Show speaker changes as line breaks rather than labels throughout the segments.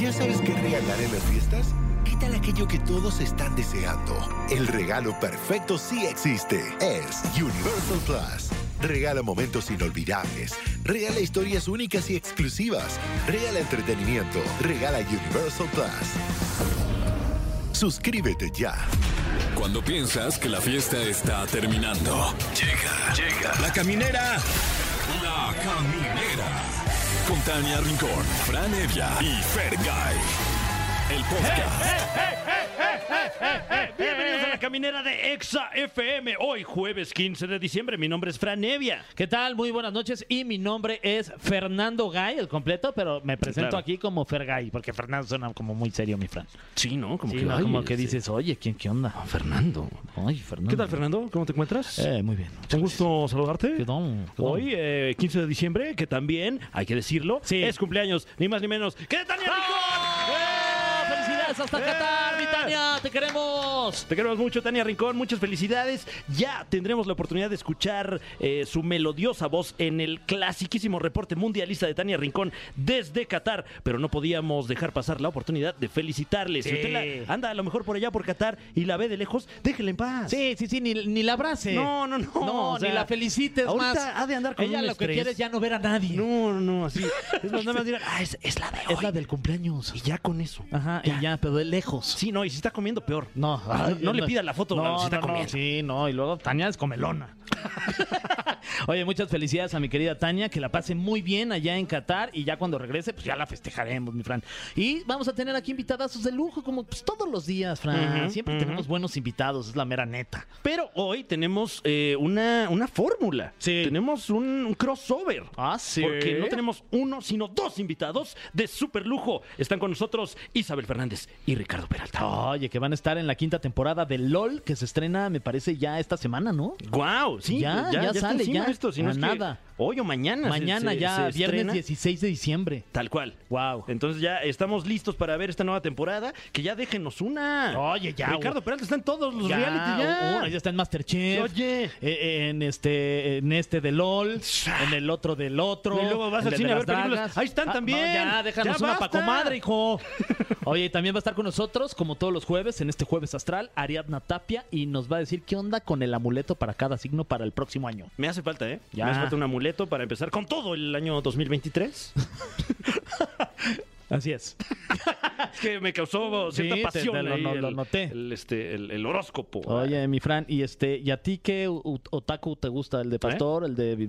¿Ya sabes qué regalar en las fiestas? ¿Qué tal aquello que todos están deseando? El regalo perfecto sí existe. Es Universal Plus. Regala momentos inolvidables. Regala historias únicas y exclusivas. Regala entretenimiento. Regala Universal Plus. Suscríbete ya.
Cuando piensas que la fiesta está terminando. Llega, llega. La caminera. La caminera. Con Tania Rincón, Fran Evia y Fergay. El podcast.
Bienvenidos a la caminera de Exa FM. Hoy, jueves 15 de diciembre. Mi nombre es Fran Evia.
¿Qué tal? Muy buenas noches. Y mi nombre es Fernando Gay, el completo, pero me presento
claro.
aquí como Fergay, porque Fernando suena como muy serio, mi Fran.
Sí, ¿no? Como
Sí,
que,
¿no?
ay,
como que
este,
dices, oye, ¿quién qué onda?
Fernando.
Ay, Fernando.
¿Qué tal, Fernando? ¿Cómo te encuentras?
Eh, muy bien.
Un gusto saludarte.
¿Qué tal? ¿Qué tal?
Hoy, eh, 15 de diciembre, que también, hay que decirlo,
Sí.
es cumpleaños, ni más ni menos que de Tania Rincón.
¡Oh! ¡Felicidades hasta
¡Eh!
Qatar, mi Tania! ¡Te queremos!
Te queremos mucho, Tania Rincón. Muchas felicidades. Ya tendremos la oportunidad de escuchar eh, su melodiosa voz en el clasiquísimo reporte mundialista de Tania Rincón desde Qatar. Pero no podíamos dejar pasar la oportunidad de felicitarles. Si
Sí.
usted la- anda a lo mejor por allá, por Qatar, y la ve de lejos, déjela en paz.
Sí, sí, sí, ni, ni la abrace.
No, no, no,
No,
o sea,
ni la felicites
ahorita
más.
ha de andar con
Ella
un
lo que
estrés.
quiere es ya no ver a nadie.
No, no, no, así. Es más, nada más dirán, ah, es, es la de hoy.
es la del cumpleaños.
Y ya con eso.
Ajá, y ya, pero de lejos.
Sí, no, y si está comiendo, peor.
No,
Ah,
ay,
no le pida la foto,
no,
si está
no, no,
comiendo.
sí, no, y luego Tania es comelona. Oye, muchas felicidades a mi querida Tania, que la pase muy bien allá en Qatar y ya cuando regrese, pues ya la festejaremos, mi Fran. Y vamos a tener aquí invitadazos de lujo, como pues, todos los días, Fran.
Ujú,
Siempre
ujú.
tenemos buenos invitados, es la mera neta.
Pero hoy tenemos eh, una, una fórmula.
Sí.
Tenemos un, un crossover.
Ah, sí.
Porque no tenemos uno, sino dos invitados de super lujo. Están con nosotros Isabel Fernández y Ricardo Peralta.
Oye, que van a estar en la quinta temporada de LOL, que se estrena, me parece, ya esta semana, ¿no?
¡Guau! sí,
Ya, ya
está
sale,
encima
ya.
Esto, si no
A
es que
nada.
Hoy o mañana. se-
Mañana
se-
ya,
se
viernes
estrena.
16 de diciembre.
Tal cual.
Wow.
Entonces ya estamos listos para ver esta nueva temporada. Que ya déjenos una.
Oye, ya,
Ricardo
güey.
Peralta está en todos los
Ya,
reality ya.
uno, ya está en Masterchef.
Oye.
eh, eh, en este, en este de LOL, en el otro del otro.
Y luego vas
en
al
el
cine
de
a
las
ver películas.
dagas. Ah,
Ahí están
no,
también.
ya, déjanos
Ya
una
basta.
pa' comadre, hijo. Oye, y también va a estar con nosotros, como todos los jueves, en este jueves astral, Ariadna Tapia, y nos va a decir qué onda con el amuleto para cada signo para el próximo año.
Me hace falta, ¿eh?
Ya.
Me hace falta un amuleto para empezar con todo el año 2023.
Así es.
Es que me causó cierta
Sí, te-
pasión.
te lo-
ahí
lo- lo
el-
noté.
El, este, el, el horóscopo.
Oye, mi Fran, y este, ¿y a ti qué u- otaku te gusta? ¿El de pastor? ¿El de.? vi-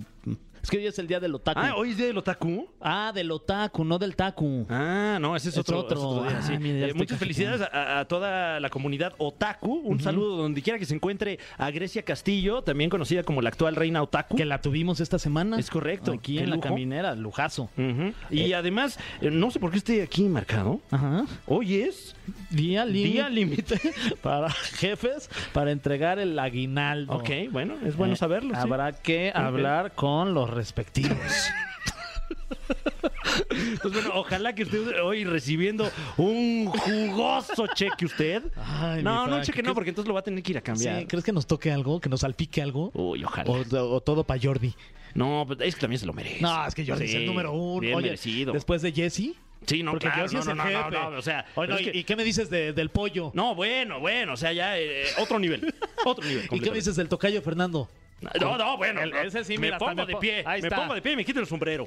Es que hoy es el día del otaku.
¿Eh? Ah, hoy es día del otaku.
Ah, del otaku, no del taku.
Ah, no, ese es
Es
otro,
otro.
es otro día,
Ah,
sí.
mira, ya
Eh,
estoy
muchas
casi
felicidades a, a toda la comunidad otaku. Un saludo donde quiera que se encuentre a Grecia Castillo, también conocida como Ah, la actual reina otaku.
Que la tuvimos esta semana.
Es correcto.
Aquí
Qué
en la
lujo.
caminera, lujazo.
Ujú. Y además, eh, no sé por qué estoy aquí marcado.
Ajá.
Hoy es
Día límite.
día límite.
para jefes para entregar el aguinaldo.
ok, bueno, es bueno
Eh,
saberlo. sí.
Habrá que hablar con los respectivos.
Entonces, bueno, ojalá que usted hoy recibiendo un jugoso cheque usted.
Ay, mi
no, no,
Frank,
cheque
¿qué-
no, porque entonces lo va a tener que ir a cambiar.
Sí, ¿Crees que nos toque algo? ¿Que nos salpique algo?
Uy, ojalá.
O, o todo para Jordi.
No, pues, es que también se lo merece.
No, es que Jordi es
Sí,
el número uno.
Bien
Oye,
merecido.
después de Jesse.
Sí, no,
Porque
claro,
Jesse
no,
es
no,
el
no, no,
jefe.
no, o sea,
Oye,
pero
no,
es
¿y,
que-
y qué me dices de- del pollo?
No, bueno, bueno, o sea, ya eh, otro nivel. Otro nivel.
¿Y qué me
completamente.
dices del tocayo Fernando?
No, no, bueno.
El-
no,
ese sí,
me
mira, hasta
pongo
me
de
po-
pie.
ahí
me
está.
pongo de pie y me quito el sombrero.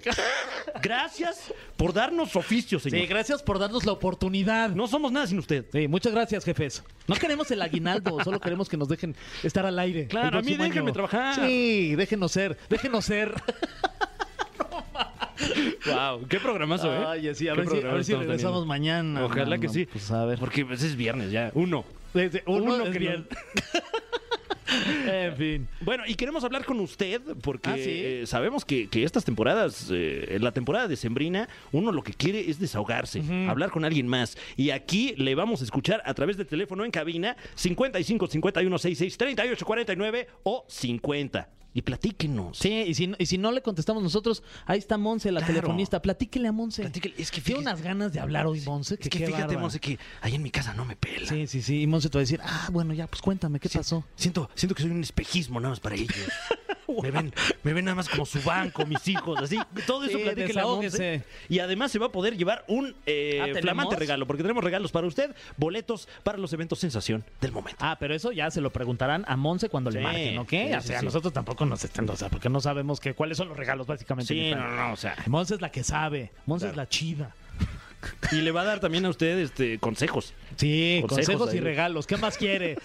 Gracias por darnos oficio, señor.
Sí, gracias por darnos la oportunidad.
no somos nada sin usted.
Sí, muchas gracias, jefes. No queremos el aguinaldo, solo queremos que nos dejen estar al aire.
Claro,
el
a mí
próximo
déjenme trabajar.
Sí, déjenos ser, déjenos ser.
Wow, qué programazo, ¿eh?
Oye, sí, a
Qué
ver, si, a ver
programazo
si
estamos
regresamos
teniendo.
mañana.
Ojalá
No,
que
no,
sí.
Pues a ver.
Porque pues, es viernes ya. Uno.
Desde uno,
uno
es
que no-
bien. en fin.
Bueno, y queremos hablar con usted porque
Ah, ¿sí?
eh, sabemos que, que estas temporadas, eh, en la temporada de Sembrina, uno lo que quiere es desahogarse, hablar con alguien más. Y aquí le vamos a escuchar a través del teléfono en cabina 55 51 66 38 49 o 50. Y platíquenos.
Sí, y si, y si no le contestamos nosotros, ahí está Monse, la
Claro.
telefonista. Platíquele a Monse.
Platíquele, es que
Tiene
fíjate-
unas ganas de hablar hoy, Monse.
Es que
qué
fíjate,
bárbara.
Monse, que ahí en mi casa no me pela.
Sí, sí, sí. Y Monse te va a decir, ah, bueno, ya, pues cuéntame, ¿qué pasó?
Siento, siento que soy un espejismo nada más para ellos. Me ven, me ven nada más como su banco, mis hijos, así. Todo eso
Sí,
platique la
desahóguese.
Monse. Y además se va a poder llevar un eh,
Ah, ¿tenemos?
flamante regalo, porque tenemos regalos para usted, boletos para los eventos sensación del momento.
Ah, pero eso ya se lo preguntarán a Monse cuando le
Sí,
marquen, ¿ok?
sí,
o
sí,
sea,
sí.
nosotros tampoco nos están, o sea, porque no sabemos que, cuáles son los regalos, básicamente. mi
Sí,
Fran.
no, no, o sea.
Monse es la que sabe, Monse es
Claro.
la chiva.
Y le va a dar también a usted este, consejos.
Sí, consejos,
Consejos
y
ahí.
regalos. ¿Qué más quiere?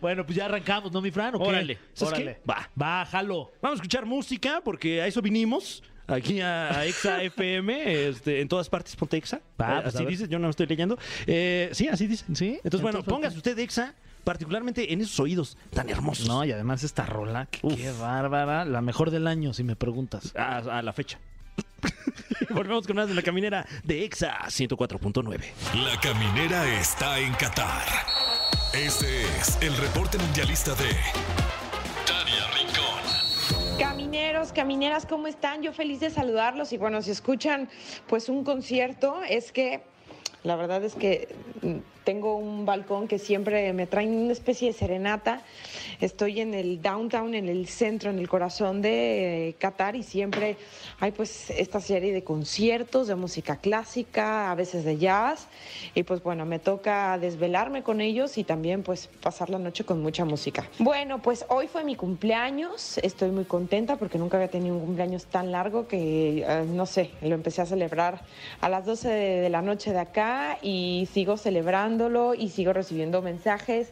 bueno, pues ya arrancamos, ¿no, mi Fran? ¿O qué?
Órale, ¿sabes
órale.
qué? Va.
Va, jalo.
Vamos a escuchar música, porque a eso vinimos. Aquí a, a Exa FM, este, en todas partes ponte Exa.
Va,
Eh,
pues, a
así
ver.
dice, yo no lo estoy leyendo. Eh, sí, así dice.
Sí,
Entonces, bueno,
entonces,
póngase usted Exa, particularmente en esos oídos tan hermosos.
No, y además esta rola, que- qué bárbara. La mejor del año, si me preguntas.
a, a la fecha. Volvemos con más de la caminera de EXA 104.9.
La caminera está en Qatar. Este es el reporte mundialista de Tania Rincón.
Camineros, camineras, ¿cómo están? Yo feliz de saludarlos y bueno, si escuchan pues un concierto, es que la verdad es que mm, tengo un balcón que siempre me traen una especie de serenata. Estoy en el downtown, en el centro, en el corazón de eh, Qatar y siempre hay pues esta serie de conciertos de música clásica, a veces de jazz y pues bueno, me toca desvelarme con ellos y también pues pasar la noche con mucha música. Bueno, pues hoy fue mi cumpleaños, estoy muy contenta porque nunca había tenido un cumpleaños tan largo que, eh, no sé, lo empecé a celebrar a las 12 de, de la noche de acá y sigo celebrándolo y sigo recibiendo mensajes.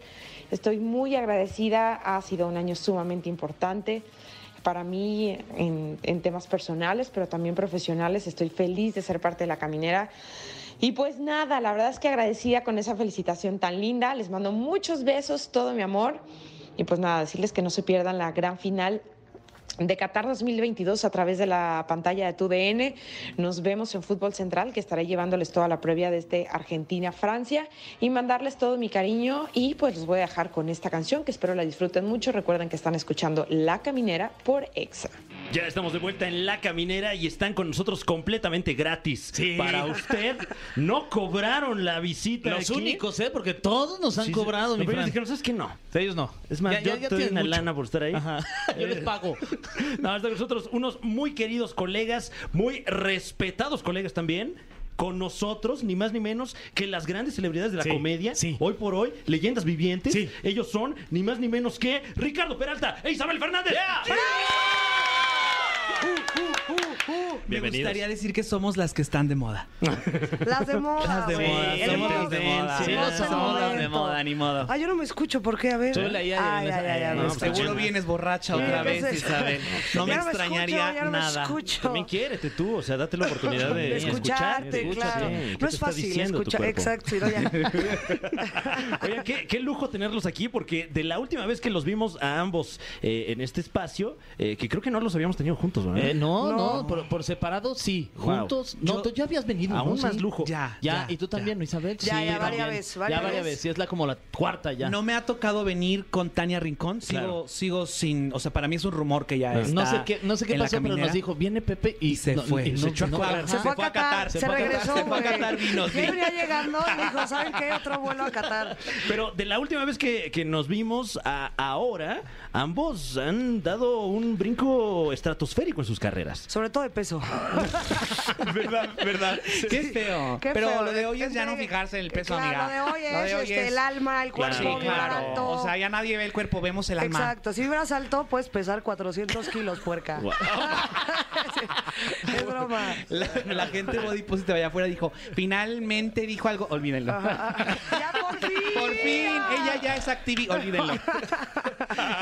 Estoy muy agradecida, ha sido un año sumamente importante para mí en, en temas personales, pero también profesionales. Estoy feliz de ser parte de la caminera. Y pues nada, la verdad es que agradecida con esa felicitación tan linda. Les mando muchos besos, todo mi amor. Y pues nada, decirles que no se pierdan la gran final de Qatar 2022 a través de la pantalla de TUDN. Nos vemos en Fútbol Central, que estaré llevándoles toda la previa desde Argentina-Francia y mandarles todo mi cariño. Y pues los voy a dejar con esta canción, que espero la disfruten mucho. Recuerden que están escuchando La Caminera por EXA.
Ya estamos de vuelta en La Caminera y están con nosotros completamente gratis.
Sí.
Para usted, no cobraron la visita.
Los
aquí.
únicos, ¿eh? Porque todos nos han
Sí, sí.
cobrado, mi
Pero ellos
Fran.
dijeron, ¿sabes qué? No.
Ellos no.
Es más, yo te doy
tienen
una
mucho.
lana por estar ahí.
Ajá. Yo les
Eh,
pago.
No, están con nosotros unos muy queridos colegas, muy respetados colegas también. Con nosotros, ni más ni menos que las grandes celebridades de la
Sí,
comedia,
sí.
hoy por hoy, leyendas vivientes.
Sí.
Ellos son ni más ni menos que Ricardo Peralta e Isabel Fernández. ¡Sí!
Me
Bienvenidos.
gustaría decir que somos las que están de moda.
Las de moda.
Las de
güey.
moda,
El
somos
modo.
las de moda.
El
Sí,
modo
somos
momento.
las de moda, ni modo.
Ah, yo no me escucho, ¿por qué? A ver.
Súbele ahí,
ay, ay,
Adriana,
ay, ay,
esa-
ay,
No, pues,
Seguro
Chema.
vienes borracha
Sí,
otra vez,
entonces-
Isabel. No me
Ya no me
extrañaría
escucho, ya no me
nada.
escucho.
También quiérete tú, o sea, date la oportunidad de,
De escucharte,
escucharte,
claro.
¿qué te
No es
está
fácil
diciendo tu
escuchar.
cuerpo?
Exacto, y no, ya.
Oigan, qué, qué lujo tenerlos aquí, porque de la última vez que los vimos a ambos eh, en este espacio, eh, que creo que no los habíamos tenido juntos, ¿verdad?
Eh, no, no,
No.
por, por separado sí.
Wow.
Juntos, no,
Yo-
tú ya habías venido.
Aún
¿no?
más
Sí.
lujo.
Ya,
Ya,
ya,
y tú también, ¿no, Isabel?
Ya, ya, varias
también.
veces, varias
ya varias
veces.
veces. Sí, es la como la cuarta ya.
No me ha tocado venir con Tania Rincón. Sigo,
Claro.
sigo sin. O sea, para mí es un rumor que ya está.
No sé qué, no sé qué
en la
pasó, pero
caminera.
nos dijo, viene Pepe y,
Y se
no-
fue.
y no-
Se echó a
no-
correr.
Se
Ajá.
fue a Qatar, se,
fue a Qatar,
regresó,
se fue a
güey.
Qatar, vino, sí.
Ya venía llegando y dijo, ¿saben qué? Otro vuelo a Qatar.
Pero de la última vez que, que nos vimos a ahora, ambos han dado un brinco estratosférico en sus carreras.
Sobre todo de peso.
¿Verdad? ¿Verdad? Qué feo.
Qué
pero
feo,
lo de hoy es ya no
de-
fijarse en el peso,
claro,
amiga.
Lo de hoy es, este, el alma, el cuerpo,
Claro,
vibrar
sí, claro.
alto.
O sea, ya nadie ve el cuerpo, vemos el alma.
Exacto, si vibras alto puedes pesar 400 kilos, puerca. Sí, es broma.
La, la gente body positive allá afuera dijo, finalmente dijo algo, olvídenlo.
Ajá. Ya por fin.
Por fin, ella ya es activista, olvídenlo.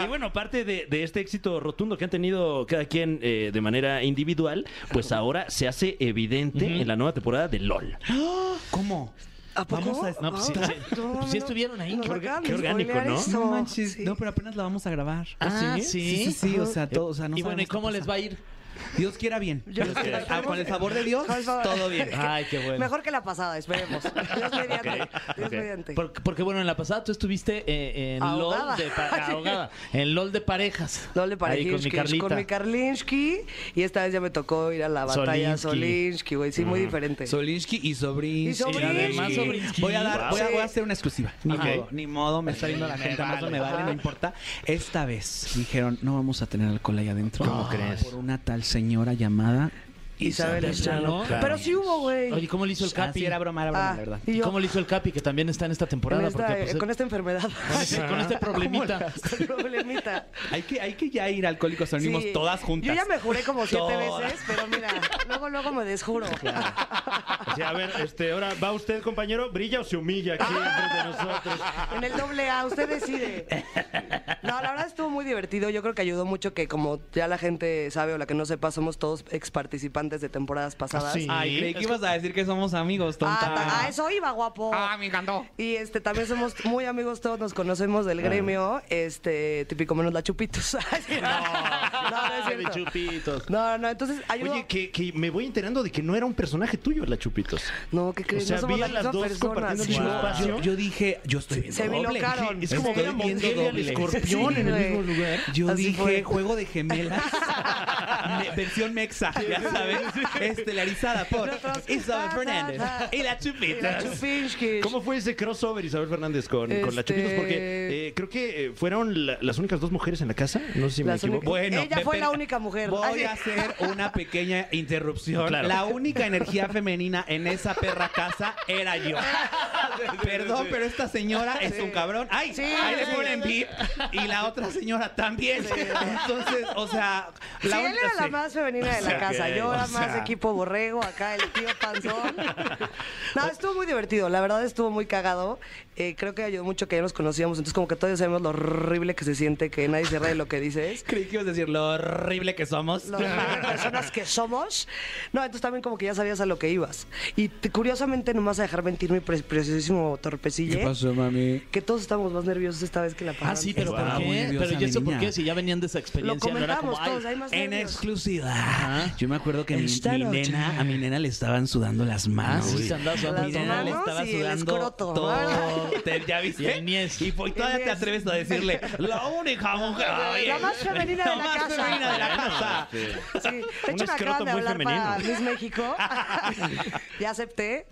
Y bueno, aparte de, de este éxito rotundo que han tenido cada quien eh, de manera individual, pues ahora se hace evidente en la nueva temporada de LOL.
¿Cómo?
¿A poco?
Vamos a-
no, pues sí,
Ah,
sí.
no,
Pues sí estuvieron ahí,
nos
qué orga-
acaban de
qué orgánico,
spoilear
¿no?
esto.
No manches,
Sí.
no, pero apenas la vamos a grabar.
Ah,
Sí, sí, sí, o sea, todo, o sea, no
y bueno, ¿y
sabemos
cómo
qué
les
pasa.
va a ir?
Dios quiera bien.
Yo-
Dios quiera- ah, con el favor de Dios,
Con el favor-
todo bien.
Ay, qué bueno.
Mejor que la pasada, esperemos. Dios mediante.
Ok,
Dios
ok.
mediante.
Porque, porque, bueno, en la pasada tú estuviste eh, en LOL
Ahogada.
de pa- ahogada, en LOL de parejas.
Lole
Ahí con mi
Parejinsky,
Carlita.
con mi Karlinsky. Y esta vez ya me tocó ir a la batalla
Solinsky.
Solinsky, güey. Sí,
Mm.
muy diferente.
Solinsky y Sobrinsky.
Y Sobrinsky.
además Sobrinsky.
Voy a dar, voy a,
Sí.
voy a hacer una exclusiva. Ni
Ajá.
modo, ni modo, me está viendo la gente, más no me vale, no importa. Esta vez dijeron, no vamos a tener alcohol ahí adentro. Ah,
¿Cómo crees?
Por una tal señora llamada
Isabel Estrano.
Estrano.
Pero sí hubo, güey.
Oye, ¿cómo le hizo el
Ah,
Capi?
sí, era broma, era broma,
Ah,
la verdad.
y yo,
¿Cómo le hizo el Capi, que también está en esta
en
temporada?
esta,
Porque,
eh,
pues,
con esta enfermedad.
con este- con este problemita.
Con problemita.
Hay que, hay que ya ir a alcohólicos anónimos
Sí.
todas juntas.
Yo ya me juré como siete
Todas.
veces, pero mira, luego, luego me desjuro.
O sea, a ver, este, ahora va usted, compañero, brilla o se humilla aquí enfrente de nosotros.
En el doble A, usted decide. No, la verdad estuvo muy divertido. Yo creo que ayudó mucho que, como ya la gente sabe o la que no sepa, somos todos ex participantes de temporadas pasadas.
Sí.
Ay, creí que ibas a decir que somos amigos,
Ah,
tonta.
ta- a eso iba, guapo.
Ah, me encantó.
Y este también somos muy amigos todos, nos conocemos
Ah.
del gremio, este típico menos la chupitos. no, no
Ah,
es cierto.
Chupitos.
No, no, entonces ayuda.
Oye, que, que me voy enterando de que no era un personaje tuyo la Chupitos.
no, ¿qué
O
crees?
sea,
no somos
vi a
las
las
mismas
dos compartiendo
personas.
el mismo
Wow.
espacio.
Yo, yo dije, yo estoy viendo
Se me
doble.
locaron.
Es como
Estoy
que era
viendo
Montero y el
doble.
escorpión
Sí,
en el
güey.
mismo lugar.
Yo
Así
dije
fue.
juego de gemelas. Me- versión mexa, ya sabes. Estelarizada por
Nosotros-
Isabel Fernández y la
Y la
chupita.
Chupinsky.
¿Cómo fue ese crossover, Isabel Fernández, con, con la
Este-
Chupitos? Porque eh, creo que eh, fueron la- las únicas dos mujeres en la casa. No sé si me
Las únicas-
equivoco.
Bueno,
Ella
me
fue
per-
la única mujer.
Voy
Así.
a hacer una pequeña interrupción.
Claro.
La única energía femenina en esa perra casa era yo. Perdón, pero esta señora es
Sí.
un cabrón. ¡Ay!
Sí,
ahí le
sí.
ponen pip. Y la otra señora también. Entonces, o sea.
Sí,
la
él
única-
era la
sí.
más femenina de la casa. Yo
o
era
sea.
más equipo borrego, acá el tío panzón. No, estuvo muy divertido. La verdad estuvo muy cagado. Eh, creo que ayudó mucho que ya nos conocíamos. Entonces, como que todos sabemos lo horrible que se siente que nadie se ríe de lo que dices.
Creí que ibas a decir lo horrible que somos.
Lo horrible de personas que somos. No, entonces también como que ya sabías a lo que ibas. Y te- curiosamente, no me vas a dejar mentir mi pre- preciosísimo torpecille.
mami?
Que todos estamos más nerviosos esta vez que la pasada.
Ah, sí, pero ¿por
Wow, muy
qué?
nerviosa
Pero ¿y
mi
eso por
niña.
qué? Si ya venían de esa
Lo
experiencia, no era como,
comentamos
ay,
todos, hay más
En
nervios.
exclusiva. Yo me acuerdo que mi,
Esta
mi
noche.
nena, a mi nena le estaban sudando las manos.
sí, se andaba sudando
mi
las
nena le
manos
estaba
y el
sudando
escroto.
todo. Te- ¿Ya viste?
Y el niés.
Y, fue- y todavía
El
te
niés.
atreves a decirle, la única mujer. ay,
La más femenina de la
más
casa.
femenina de la casa.
Sí, de hecho
Un
me acaban
escroto
de
muy
hablar para
femenino.
Miss México. ya acepté.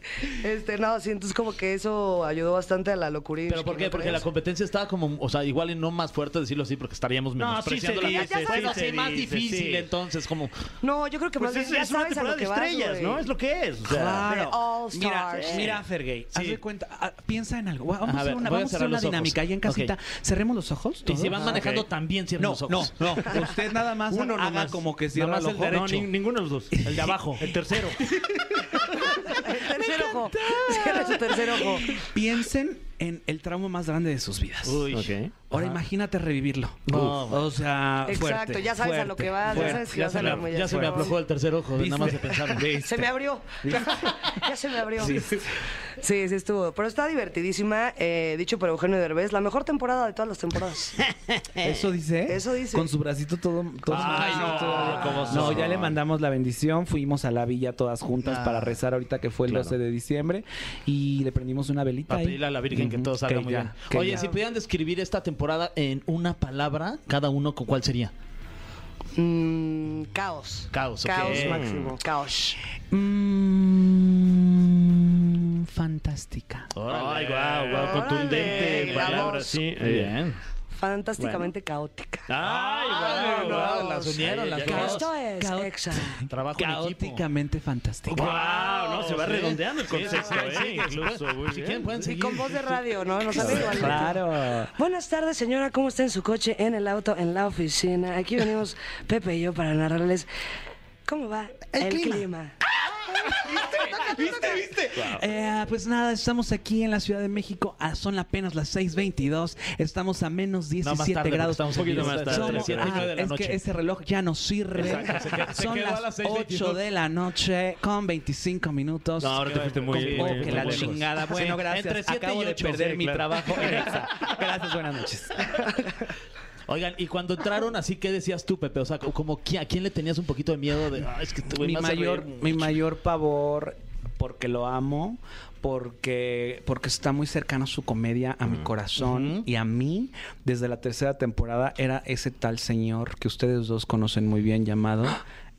Este, no, sí, entonces como que eso ayudó bastante a la locura.
¿Pero por qué? Porque la competencia estaba como, o sea, igual y no más fuerte decirlo así porque estaríamos menospreciando
sí se
la
dice,
Bueno,
sí se
sí, más
dice,
difícil
sí.
entonces, como...
No, yo creo que
Pues
más
es,
bien ya
es una
sabes a
temporada
lo
de
que vas,
estrellas,
güey.
¿no? Es lo que es. O sea,
Claro. All
Mira,
Stars.
mira, Fergay, haz
Sí.
de cuenta, ah, piensa en algo. Vamos
A
a,
ver,
hacer una,
voy a
vamos a hacer
cerrar
una
los ojos.
dinámica ahí en casita.
Ok.
Cerremos los ojos.
Y si
todos.
van manejando también cierren
No,
los ojos.
no, no. Usted nada más
Uno
haga
nomás.
como que cierra
Nada más
el ojo.
el derecho. No, ni- ninguno de los dos.
El de abajo.
El tercero.
El tercer ojo. Cierra su tercer ojo.
Piensen en el trauma más grande de sus vidas.
Ok.
Ahora imagínate revivirlo.
No,
Uf. o sea,
Exacto,
fuerte,
ya sabes a
fuerte,
lo que vas,
fuerte.
ya sabes que
Ya
vas
se,
a
me,
la
ya se
humillación.
me aflojó el tercer ojo, de nada más de pensarlo.
Se me abrió. ya se me abrió. Sí, sí, estuvo. Pero está divertidísima. eh, dicho por Eugenio Derbez, la mejor temporada de todas las temporadas.
Eso dice.
Eh, Eso dice.
Con su bracito todo. todo
Ay, no, ¿cómo
No,
son?
ya le mandamos la bendición. Fuimos a la villa todas
Ah.
juntas para rezar ahorita que fue el 12 de diciembre. Y le prendimos una velita.
Para
ahí.
pedirle a la Virgen que
Ujú,
todo salga muy
ya,
bien.
que
Oye,
ya.
si pudieran describir esta temporada en una palabra, cada uno, ¿con cuál sería?
Mm, caos.
Caos, ok.
Caos máximo. Caos.
Mm, fantástica.
Ay, guau, guau,
Órale.
contundente
La
palabra,
voz.
sí.
Muy
eh.
bien.
Fantásticamente caótica.
Ay, guau, guau,
Las unieron, las dos.
Esto es Exa.
Trabajo en equipo.
Caóticamente fantástica.
Guau, no, se va
Sí.
redondeando el concepto,
sí, sí,
¿eh? Incluso, muy
Si
bien.
quieren, pueden
Sí,
seguir.
con voz de radio, ¿no? Nos sale igual.
Claro.
Buenas tardes, señora. ¿Cómo está en su coche, en el auto, en la oficina? Aquí venimos Pepe y yo para narrarles cómo va el, clima.
¿Viste, viste? Eh, pues nada, estamos aquí en la Ciudad de México. Ah, son apenas las 6:22. Estamos a menos 17
tarde,
grados.
porque estamos Un poquito aquí, más tarde,
Somos-
entre siete y
ah,
nueve de la
es
noche.
que ese reloj ya no sirve.
Exacto, se que- se
son
quedó a
las
las 6:22.
8 de la noche con 25 minutos.
No, ahora te fuiste muy
Oh,
muy-
que
muy
la
lejos.
chingada. Bueno, gracias.
Entre siete
Acabo
y ocho,
de perder
sí,
mi
claro.
trabajo en Exa. Gracias, buenas noches.
Oigan, y cuando entraron, así, ¿qué decías tú, Pepe? O sea, como que- a quién le tenías un poquito de miedo de. "Ah, es que este güey
mi
me hace
mayor,
reír"?
mi mayor pavor, porque lo amo, porque, porque está muy cercana su comedia a mi corazón y a mí, desde la tercera temporada, era ese tal señor que ustedes dos conocen muy bien llamado...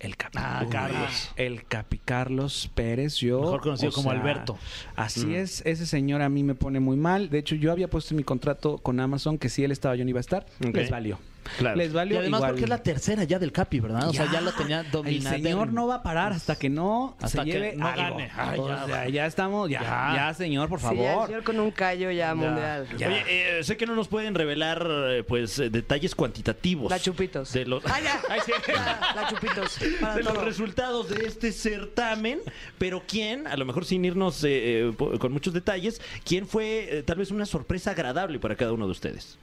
El Capi.
Ah, Carlos.
El Capi Carlos Pérez, yo.
Mejor conocido como Alberto. Mm.
Así es, ese señor a mí me pone muy mal. De hecho, yo había puesto en mi contrato con Amazon que si él estaba, yo no iba a estar. Les valió.
Claro.
Les
Y
valió.
además,
igual. Ah,
porque es la tercera ya del Capi, ¿verdad? O sea, ya la tenía
El
dominada.
señor no va a parar hasta que no
Hasta
se
que
lleve
no
algo.
gane. Ay,
o
ya.
sea, ya estamos, ya,
Ya.
ya, señor, por
Sí, ya el
favor.
señor con un callo ya mundial.
Ya.
Oye, eh, sé que no nos pueden revelar eh, pues eh, detalles cuantitativos.
La Chupitos.
De los,
Ah, ya.
Ay, sí.
Ya, la Chupitos. Para
de los
todo.
resultados de este certamen, pero quién, a lo mejor sin irnos eh, eh, po- con muchos detalles, quién fue eh, tal vez una sorpresa agradable para cada uno de ustedes.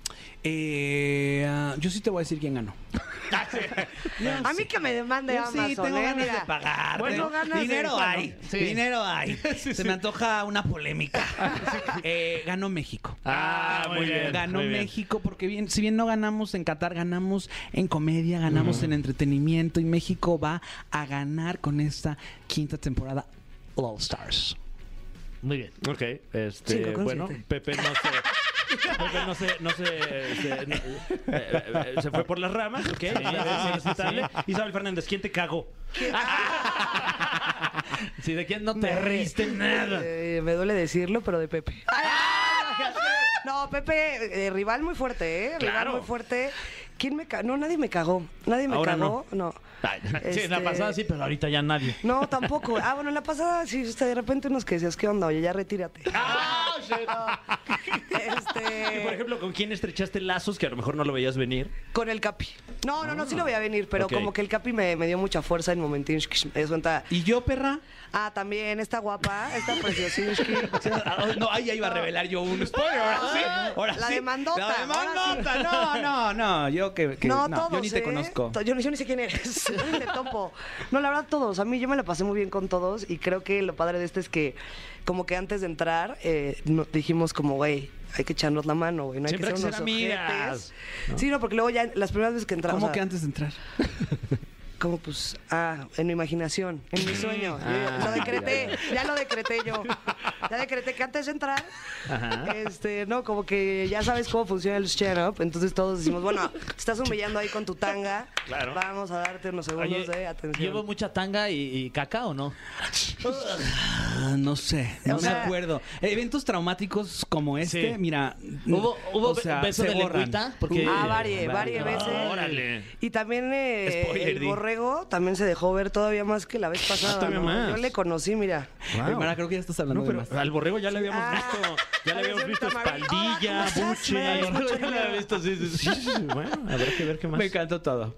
Eh, ah, yo sí te voy a decir quién ganó.
A mí que me demande
Yo
Amazon.
sí tengo
eh,
ganas
mira.
de pagar.
Bueno,
Tengo-
ganas de-
dinero
bueno,
hay, dinero hay. Se me antoja una polémica. Eh, ganó México.
Ah, muy bien.
ganó
muy bien.
México porque bien, si bien no ganamos en Qatar, ganamos en comedia, ganamos en entretenimiento y México va a ganar con esta quinta temporada All Stars.
Muy bien.
Ok, este,
Cinco con
bueno,
siete.
Pepe no se... Pepe no se, no se, se- no- eh, eh, se fue por las ramas, ok.
sí,
es respetable.
sí.
Isabel Fernández, ¿quién te cagó?
Ah,
Si de quién no te riste
ah.
nada.
Eh, me duele decirlo, pero de Pepe. ah, No, Pepe, eh, rival muy fuerte, ¿eh?
Claro.
Rival muy fuerte. ¿Quién me cagó? No, nadie me cagó. Nadie me
Ahora
cagó. No.
Sí, en la
Este,
pasada sí, pero ahorita ya nadie.
No, tampoco. Ah, bueno, en la pasada sí, usted de repente unos que decías, ¿qué onda? Oye, ya retírate.
Ah, Y, por
Este,
ejemplo, ¿con quién estrechaste lazos que a lo mejor no lo veías venir?
con el Capi. No, no, no, sí lo voy a venir, pero
Ok.
como que el Capi me, me dio mucha fuerza en momentín. Me dio cuenta.
Y yo, perra,
Ah, también, está guapa, está preciosísima.
Ah, No, ahí ya iba a revelar yo un spoiler. Ahora sí. Ahora
Ah, La
sí.
demandota,
La demandota.
ahora
No, no, no. Yo que. que-
No,
no,
todos.
Yo ni te
¿eh?
conozco.
To- Yo, ni- yo ni sé quién eres. Yo ni te topo. No, la verdad, todos. A mí yo me la pasé muy bien con todos y creo que lo padre de este es que, como que antes de entrar, eh, no- dijimos, como, güey, hay que echarnos la mano, güey. No hay
Siempre
que
hay
ser
que
unos
ser amigas,
ojetes. Sí, no, porque luego ya las primeras veces que entramos.
¿Cómo que antes de entrar?
Como pues, ah, en mi imaginación, en mi sueño.
Ah,
lo decreté, ya, lo decreté yo. Ya decreté que antes de entrar, este, no, como que ya sabes cómo funciona el stand-up. Entonces todos decimos, bueno, te estás humillando ahí con tu tanga.
Claro.
Vamos a darte unos segundos
Oye,
de atención.
¿Llevo mucha tanga y, y caca o no?
Ah, no sé. No
O
me
sea-
acuerdo. Eventos traumáticos como este,
Sí.
mira.
¿Hubo, hubo
o sea,
beso
se
de
borran.
lengüita? Porque,
Ah, varie, varie
varias
veces.
Órale.
Y también eh,
Spoiler,
el
di. Ah,
borrego también se dejó ver todavía más que la vez pasada.
todavía
¿no?
más.
Yo le conocí, mira.
Eh, Mara, creo que ya estás hablando
No, pero
de más.
al borrego ya le habíamos
Ah.
visto, ya le habíamos
Parece
visto
un camarín.
espaldilla,
Ah,
Hola, ¿cómo estás? Me
buche.
habías dicho que no.
Sí, sí, sí, bueno, a ver qué ver qué más.
Me encantó todo.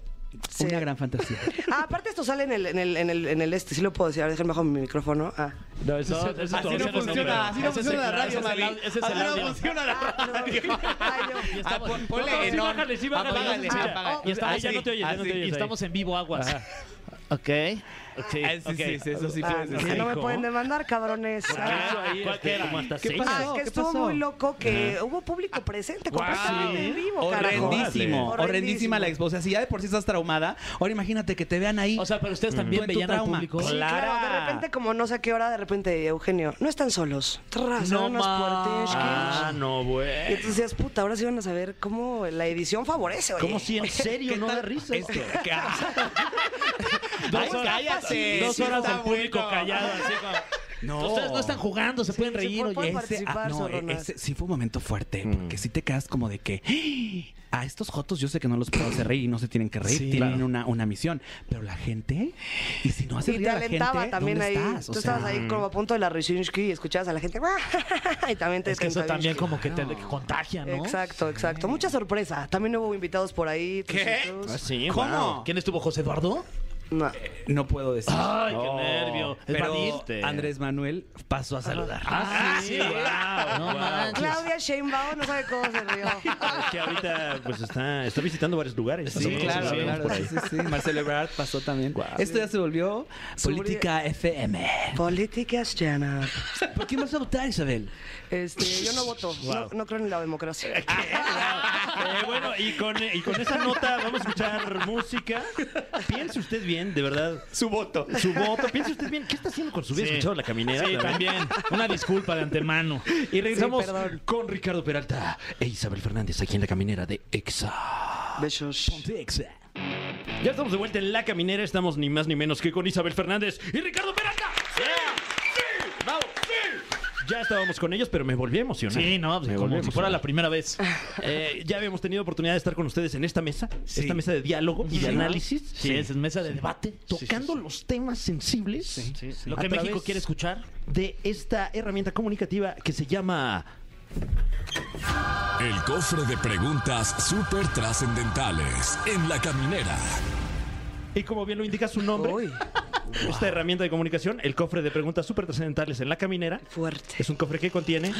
Sí.
Una gran fantasía.
Ah, aparte esto sale en el, en el, en el, en el este, sí lo puedo decir. A ver, déjenme bajo mi micrófono. Ah.
No, eso, eso es tu- ese
no
es el
funciona,
número.
así no
Ese es el-
funciona la
ese
radio,
es el
Mavi.
audio- ese es el
Así no
audio.
funciona la Ah,
Ah, no, ay, yo.
Y estamos-
ponle
no, no, sí,
en on.
bájale, sí, bájale, Ah,
Apágale,
ya se escucha.
apaga.
Y estamos-
Ahí ya no te oyes, ya no te
y
oyes ahí.
estamos en vivo aguas.
Ah.
Ok.
Sí, sí, sí, sí, eso sí
Ah,
puedes
no,
decir.
no me pueden demandar, cabrones. Ah,
Cualquiera.
¿Qué
Ah,
pasó?
que
¿Qué
estuvo
pasó?
muy loco que hubo público presente, completamente en vivo, carajo.
Horrendísimo,
Órale.
horrendísima la expo. O sea, si ya de por sí estás traumada, ahora imagínate que te vean ahí.
O sea, pero ustedes también
Tú en tu
veían al
trauma.
público.
Sí, claro, de repente, como no sé a qué hora, de repente, Eugenio, no están solos. Tras,
No
eran unos
más.
puertescos.
Ah, no,
Y
güey.
entonces decías, puta, ahora sí van a saber cómo la edición favorece, oye.
¿Cómo si en serio no da
tal?
risa
Es-
esto?
Ay, cállate.
Dos
sí
horas
está
del público
bueno.
callado, así como...
No.
Ustedes no están jugando, se pueden
sí,
reír,
por-
oye. este,
por-
Ese- ah,
participar,
no,
zorronas.
ese sí fue un momento fuerte, porque sí te quedas como de que ¡Ah! a estos jotos yo sé que no los puedo hacer reír y no se tienen que reír,
Sí,
tienen
claro.
una, una misión, pero la gente, y si no haces
Y
reír
te
a la gente,
alentaba también
¿dónde
ahí.
estás? O
Tú
sea, mm.
estabas ahí como a punto de la Ryushensky y escuchabas a la gente. y también te
Es que eso también
tentabinsky.
como que te que contagia, ¿no?
Exacto, exacto. Mucha sorpresa. También hubo invitados por ahí. tus
¿Qué?
hijos.
Ah, sí,
¿Cómo?
wow.
¿Quién estuvo? ¿José Eduardo?
No.
No puedo decir.
Ay, qué
No,
nervio. Ah, ¿Es
pero
Vadir?
Andrés Manuel pasó a saludar.
Ah, sí.
guau,
No
guau.
manches.
Claudia Sheinbaum no sabe cómo se rió.
Es que ahorita pues está, está visitando varios lugares.
Sí,
Nosotros
claro,
lo vemos
claro.
por ahí.
Sí, sí, sí. Marcelo Ebrard pasó también. Esto ya se volvió política FM.
Políticas llenas.
¿Por quién vas a votar, Isabel?
Este, yo no voto. No, no creo en la democracia.
Eh, bueno, y con, y con esa nota vamos a escuchar música. Piense usted bien, de verdad.
Su voto.
Su voto, piense usted bien. ¿Qué está haciendo con su vida?
Sí.
¿Escuchado la caminera?
Sí,
La verdad.
también. Una disculpa de antemano.
Y regresamos
Sí, perdón.
con Ricardo Peralta e Isabel Fernández aquí en la caminera de Exa.
Besos.
de Exa. Ya estamos de vuelta en la caminera. Estamos ni más ni menos que con Isabel Fernández y Ricardo Peralta. ¡Sí! ¡Sí! ¡Vamos! ¡Sí! Ya estábamos con ellos, pero me volví a emocionar.
Sí, no, pues,
me volví a
como si fuera
emocionar.
la primera vez.
Eh, ya habíamos tenido oportunidad de estar con ustedes en esta mesa,
Sí.
esta mesa de diálogo y de análisis,
Sí, es mesa de debate.
tocando los temas sensibles
Lo
A
que
través
México quiere escuchar.
de esta herramienta comunicativa que se llama
El cofre de preguntas súper trascendentales en la caminera.
y como bien lo indica su nombre, esta herramienta de comunicación, el cofre de preguntas súper trascendentales en la caminera.
Fuerte.
Es un cofre que contiene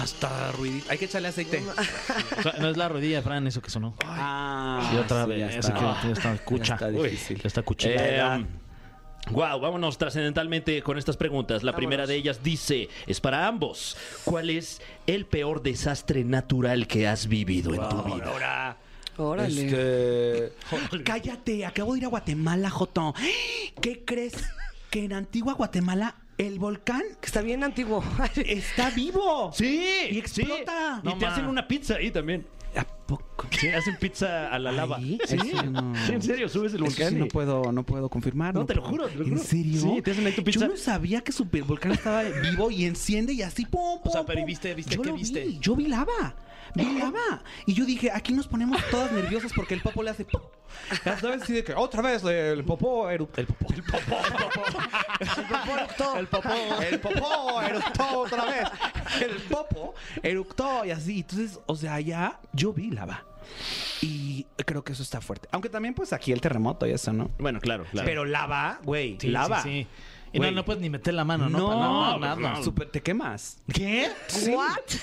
Hasta ruidito. Hay que echarle aceite.
O sea, no es la rodilla, Fran, eso que sonó.
Ah,
Y otra
sí, ya
vez. Eso
está.
que ya está cucha. Eh,
está difícil.
Ya está cuchilla.
wow, eh, vámonos trascendentalmente con estas preguntas. La primera de ellas dice, es para ambos. ¿Cuál es el peor desastre natural que has vivido en tu vida?
Ahora.
Órale.
Este... Cállate, acabo de ir a Guatemala, Jotón. ¿Qué crees? Que en antigua Guatemala el volcán
Que está bien antiguo.
está vivo.
Sí,
Y explota.
sí. Y
No
te
ma.
hacen una pizza ahí también.
¿A poco?
Sí, hacen pizza a la lava.
¿Ahí?
Sí,
Eso no.
Sí, en serio, subes el
Eso sí
volcán. y-
no puedo, no puedo confirmar.
No, te lo
puedo.
juro, te lo
¿En
juro.
serio?
Sí, te hacen ahí tu pizza.
Yo no sabía que su volcán estaba vivo y enciende y así, pum, pum,
sea, pero ¿y
pum.
viste- viste
Yo
qué
lo
viste?
vi, yo vi lava, vi lava. Y yo dije, aquí nos ponemos todas nerviosas porque el popo le hace, pum. Ya sabes, así de que otra vez el popo eruptó. El popo. El popo. El popo eructó. El popo eructó otra vez. El popo eructó y así. Entonces, o sea, ya yo vi lava. Y creo que eso está fuerte. Aunque también, pues aquí el terremoto y eso, ¿no?
Bueno, claro, claro.
Pero lava, güey,
Sí,
lava.
sí, sí. Y no,
Güey.
no puedes ni meter la mano, ¿no? Para-
No, nada.
nada.
Super, te quemas.
¿Qué?
Sí.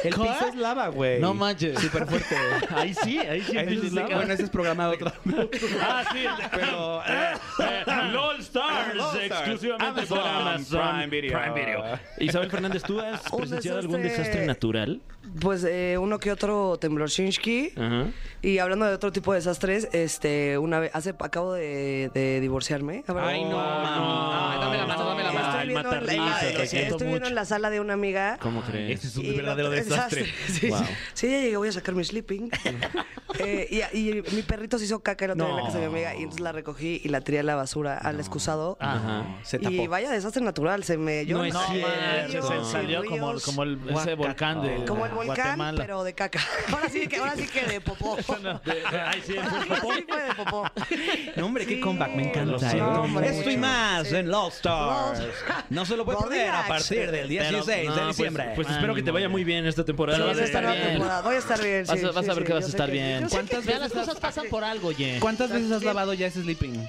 El
¿Qué?
piso es lava, güey.
No manches.
Súper fuerte.
ahí sí,
eh.
ahí sí.
Ahí
empiezas
sí que-
la-
bueno, ese es programa de otro.
Ah, sí.
Pero.
Eh, LOL Stars,
LOL Stars.
exclusivamente
Amazon
por Amazon
Prime Video.
Isabel Fernández, ¿tú has
Un
presenciado algún
este?
desastre-
desastre natural?
Pues eh, uno que otro temblorchinski.
Ah.
Ajá.
Y hablando de otro tipo de desastres, este, una vez, hace, acabo de, de divorciarme. A ver, Ah,
Ay, no, mami.
dame la mano, dame la mano.
Estoy
Ah. Ay,
viendo, en la-
matarliza,
lo
estoy
siento
viendo
mucho.
en la sala de una amiga.
¿Cómo crees?
Ese es un
Y
verdadero
lo-
desastre.
Sí, sí. Sí, ya llegué, voy a sacar mi sleeping. Eh, y, y mi perrito se hizo caca el otro día en la casa de mi amiga y entonces la recogí y la tiré a la basura, al excusado.
Ajá.
Se tapó.
Y vaya desastre natural, se me... yo-
No es
No
Sí,
manches,
ríos
se
y
salió como,
ríos.
como el, ese
Guaca-
volcán de
Como el volcán,
Guatemala.
pero de caca. Ahora sí que, ahora sí que de popó.
Ay, sí,
Ahora
fue-
sí fue de popó.
No, hombre, qué
Sí.
comeback, me
Lo
encanta.
siento
¿eh?
mucho.
Esto y más en Lost Stars. No se lo puede
Gordinax.
perder a partir del
Pero,
16 de
no, pues,
diciembre.
Pues espero que te vaya muy bien esta temporada.
Sí,
Voy
vas
a
a
de-
estar
estar bien.
bien. Voy a estar bien.
Vas,
sí,
a, vas
sí,
a ver
sí,
que vas
yo
a
sé
estar
que-
bien.
yo sé
¿Cuántas
que-
veces las cosas pasan por algo, Ye?
¿Cuántas veces has
Sí.
lavado ya ese sleeping?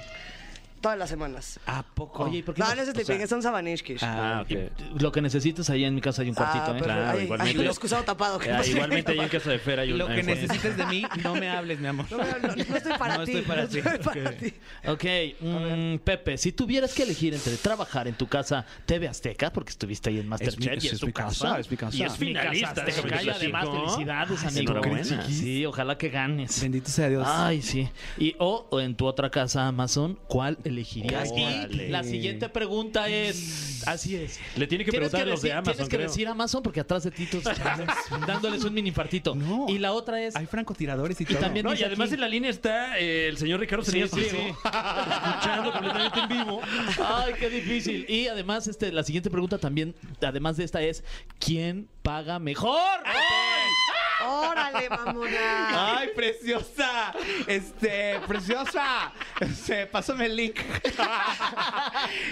Todas las semanas.
¿A poco?
Oye, ¿y por qué?
No,
no-
no es
o sea,
sleeping, son sabanishkis. Ah,
Ah, ok.
Lo que necesites, ahí en mi casa hay un cuartito, ¿eh?
pero
Claro,
ay, ay,
igualmente.
lo excusado tapado. ¿qué
Ah,
pasa?
igualmente ahí en casa de Fer hay un
lo que
hay un-
necesites de mí, no me hables, mi amor.
No, no, no, no estoy para
No
ti.
estoy para
no
ti.
estoy para ti.
Ok, mm, Pepe, si tuvieras que elegir entre trabajar en tu casa TV Azteca, porque estuviste ahí en
mi-
Masterchef y
es-
es
es
tu
mi
casa,
casa, es mi
Y
casa.
es
Mi casa
finalista,
Azteca,
déjame
y además
además
felicidades,
felicidades,
amigo.
amigo. ¿eh? Sí, ojalá que ganes.
Bendito sea Dios.
Ay, sí. Y o o en tu otra casa Amazon, ¿cuál elegirías?
Órale.
Y la siguiente pregunta es, así es.
Le tiene que
Tienes
preguntar
que,
a los de
decir-
Amazon.
tienes que
creo.
decir Amazon porque atrás de ti tú estás dándoles un mini infartito.
No.
Y la otra es
Hay francotiradores y todo.
también-
No, y
dice
además
aquí.
en la línea está eh, el señor Ricardo Salinas Pliego, escuchando completamente en vivo.
Ay, qué difícil. Y además, este, la Ah, siguiente pregunta también, además de esta, es ¿quién paga mejor?
¡Ay!
Órale, mamona.
¡Ay, preciosa! Este, preciosa. Este, pásame el link.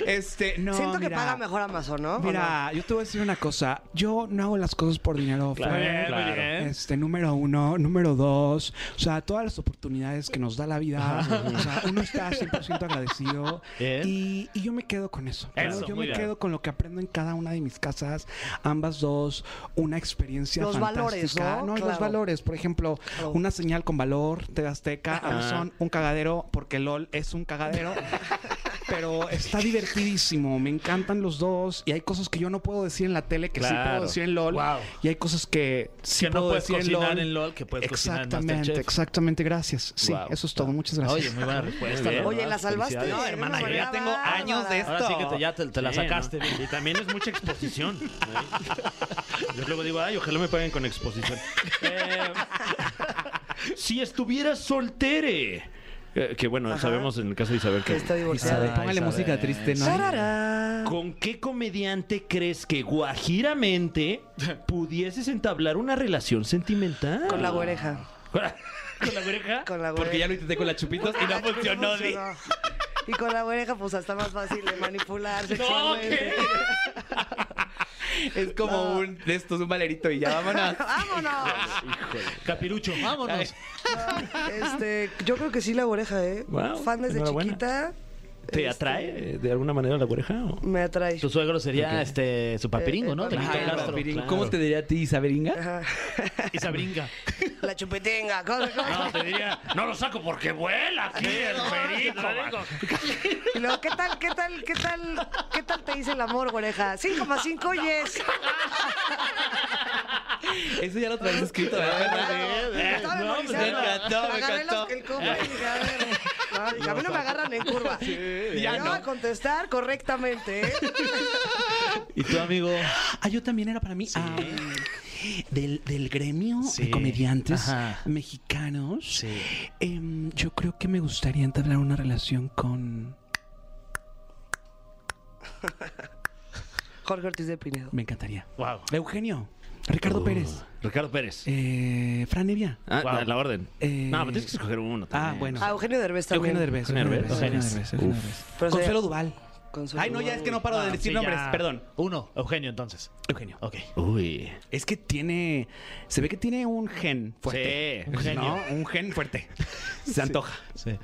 Este, no.
Siento que
mira,
paga mejor Amazon, ¿no?
Mira, yo te voy a decir una cosa. Yo no hago las cosas por dinero.
Muy
Fran.
bien, muy bien.
Este, número uno, número dos, o sea, todas las oportunidades que nos da la vida, o sea, uno está 100% agradecido
Bien.
y, y yo me quedo con eso. ¿no?
Eso,
yo me
muy bien.
quedo con lo que aprendo en cada una de mis casas, ambas dos, una experiencia
Los valores,
fantástica.
¿no?
y los
Claro.
valores, por ejemplo,
Claro.
una señal con valor, TV Azteca, Amazon, un cagadero, porque LOL es un cagadero. Pero está divertidísimo, me encantan los dos y hay cosas que yo no puedo decir en la tele que sí puedo
Claro.
decir en LOL
Wow.
y hay cosas que sí
Que no
puedo
puedes
decir
cocinar en LOL, que puedes cocinar en
exactamente,
Masterchef.
Exactamente, gracias. Sí,
Wow.
eso es todo. Muchas gracias.
Oye, muy buena respuesta.
Muy bien.
Oye, la salvaste.
Felicidades.
de
hermana,
una
yo ya
manera
tengo años
bárbara.
de esto.
Ahora sí que te- ya te, te la
Sí, ¿no?
sacaste. bien.
Y también es mucha exposición. ¿no? Yo luego digo, ay, ojalá me paguen con exposición. Eh, si estuviera soltere. Eh, que bueno, sabemos en el caso de Isabel que.
Que está divorciada.
Isabel.
Póngale
Isabel.
música triste, ¿no?
Tarará.
¿Con qué comediante crees que guajiramente pudieses entablar una relación sentimental?
Con la oreja.
¿Con la- con la oreja?
Con la
Porque ya
oreja.
lo intenté con la chupitos y no funcionó. Di.
Y con la oreja, pues está más fácil de manipular
No,
sexualmente.
¿qué?
Es como un de estos, un valerito y ya vámonos.
¡Vámonos!
Capirucho, vámonos.
Este, yo creo que sí la oreja, ¿eh?
Wow,
Fan desde
enhorabuena.
chiquita.
¿Te atrae eh, de alguna manera la oreja? o?
Me atrae.
Tu suegro sería este su papiringo, ¿no?
Eh, eh,
Te
Ajá,
quita el
el
astro.
Pirín,
Claro.
¿Cómo te diría a ti, Isaberinga?
Ajá.
Y se brinca.
La chupetenga. cosa, cosa.
te diría, no lo saco porque vuela aquí el perico.
Y luego, ¿qué tal, qué tal, qué tal, qué tal te dice el amor, oreja? 5,5 yes.
Eso ya lo traes escrito, ¿verdad?
Estaba
No, pues, me
memorizando.
encantó, me
Agarré los-
encantó.
el combo y dije, a ver. no, dije, a mí no me agarran en curva.
ya
Yo
no.
voy a contestar correctamente, ¿eh?
Y tu amigo.
Ah, yo también era para mí. Ah, del, del gremio
Sí.
de comediantes
Ajá.
mexicanos.
Sí.
em, yo creo que me gustaría entablar una relación con.
Jorge Ortiz de Pinedo.
Me encantaría.
Wow.
Eugenio. Ricardo Pérez.
Uh, Ricardo Pérez.
Eh, Fran Evia.
Ah, la- la orden.
Eh,
No, pero tienes que escoger uno también.
Ah, bueno.
A Eugenio Derbez también.
Eugenio Derbez.
Eugenio
Eugenio
Derbez.
Derbez. Eugenio Derbez. Eugenio Derbez.
Pero se-
Consuelo Duval.
Consuelo
Ay, no, ya
Duval.
es que no paro de
Ah,
decir
sí,
nombres.
ya.
Perdón.
Uno, Eugenio, entonces.
Eugenio.
Ok.
Uy.
Es que tiene. Se ve que tiene un gen fuerte.
Sí.
Un genio. Un gen fuerte. Se antoja.
Sí.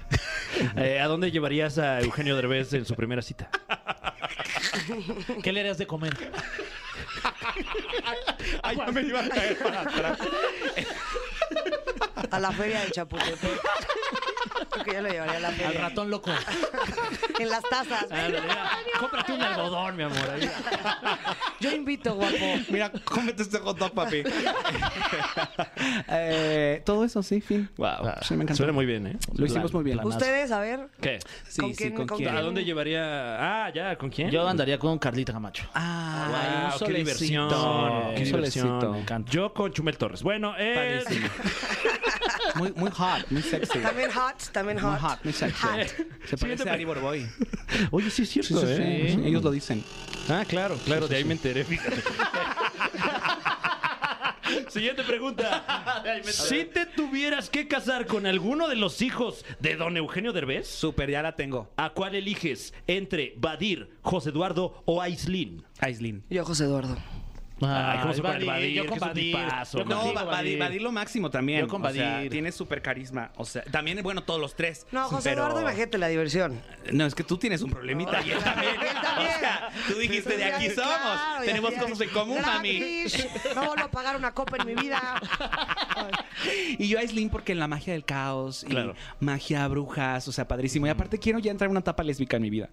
Eh, ¿A dónde llevarías a Eugenio Derbez en su primera cita?
¿Qué le harías de comer?
Ay, ya me iba a caer para atrás.
A la feria de Chapultepec. Creo que yo lo llevaría a la
Al
Ah,
feria.
ratón loco.
En las tazas.
Ándale, mira, Cómprate un algodón, mi amor. ahí.
Yo invito, guapo.
Mira, cómete este hot dog, papi. Eh, todo eso, sí, fin.
Wow.
Sí, pues, me encantó.
Suena muy bien, ¿eh?
Lo hicimos Eh, muy bien.
Ustedes, a ver.
¿Qué?
Sí,
¿Con
sí,
quién-
¿con
con
quién?
quién?
¿A dónde llevaría? Ah, ya, ¿con quién?
Yo andaría con Carlita Camacho.
Ah,
Wow,
un
qué
solecito.
diversión. Qué
Un solecito.
diversión. Yo con Chumel Torres. Bueno, eh.
Padrísimo. Muy, muy hot, muy sexy.
También hot, también
Muy
hot.
hot, muy sexy. Se parece a Ari Borboy.
Oye, sí es
Sí,
cierto,
sí,
¿eh?
sí. Ellos lo dicen.
Ah, claro, claro, de ahí me enteré, fíjate. Siguiente pregunta. Si te tuvieras que casar con alguno de los hijos de don Eugenio Derbez,
Super, ya la tengo.
¿a cuál eliges entre Badir, José Eduardo o Aislin?
Aislin.
Yo, José Eduardo.
Ay, ¿cómo se pone
Badir,
Badir?
Yo
Que
con
es un
Badir.
tipazo,
Yo
man.
No,
contigo,
Ba- Badir, Badir lo máximo también.
Yo con
O sea,
Badir.
tiene súper carisma. O sea, también, bueno, todos los tres.
No, José
Pero-
Eduardo, imagínate la diversión.
No, es que tú tienes un problemita.
No,
y él también.
él también.
O sea, tú dijiste, de aquí somos.
Claro,
Tenemos
ya sé.
cosas en común,
Drag
mami.
fish. No vuelvo a pagar una copa en mi vida.
Y yo a Aislinn porque en la magia del caos y
Claro.
magia brujas, o sea, padrísimo. Y aparte quiero ya entrar en una etapa lésbica en mi vida.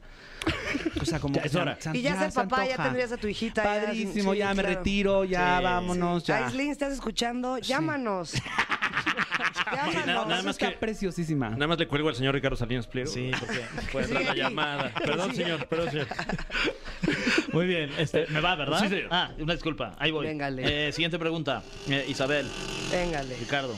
O sea, como
Ya
que
es hora.
se-
Y ya ser
se
papá, ya
antoja.
tendrías a tu hijita, ya-
Padrísimo,
sí,
ya, me
claro.
retiro, ya
Sí,
vámonos, ya.
Aislinn, ¿estás escuchando? Llámanos.
Sí, nada-
Llámanos.
nada
Eso
más
está
que-
preciosísima.
Nada más le cuelgo al señor Ricardo Salinas Pliego.
Sí, porque.
Puede entrar la
Sí.
llamada. Perdón, señor, perdón, señor.
Muy bien, este, me va, ¿verdad?
Eh, Sí, señor.
Ah, una disculpa, ahí voy.
Véngale.
Eh, siguiente pregunta, Eh, Isabel,
Véngale.
Ricardo.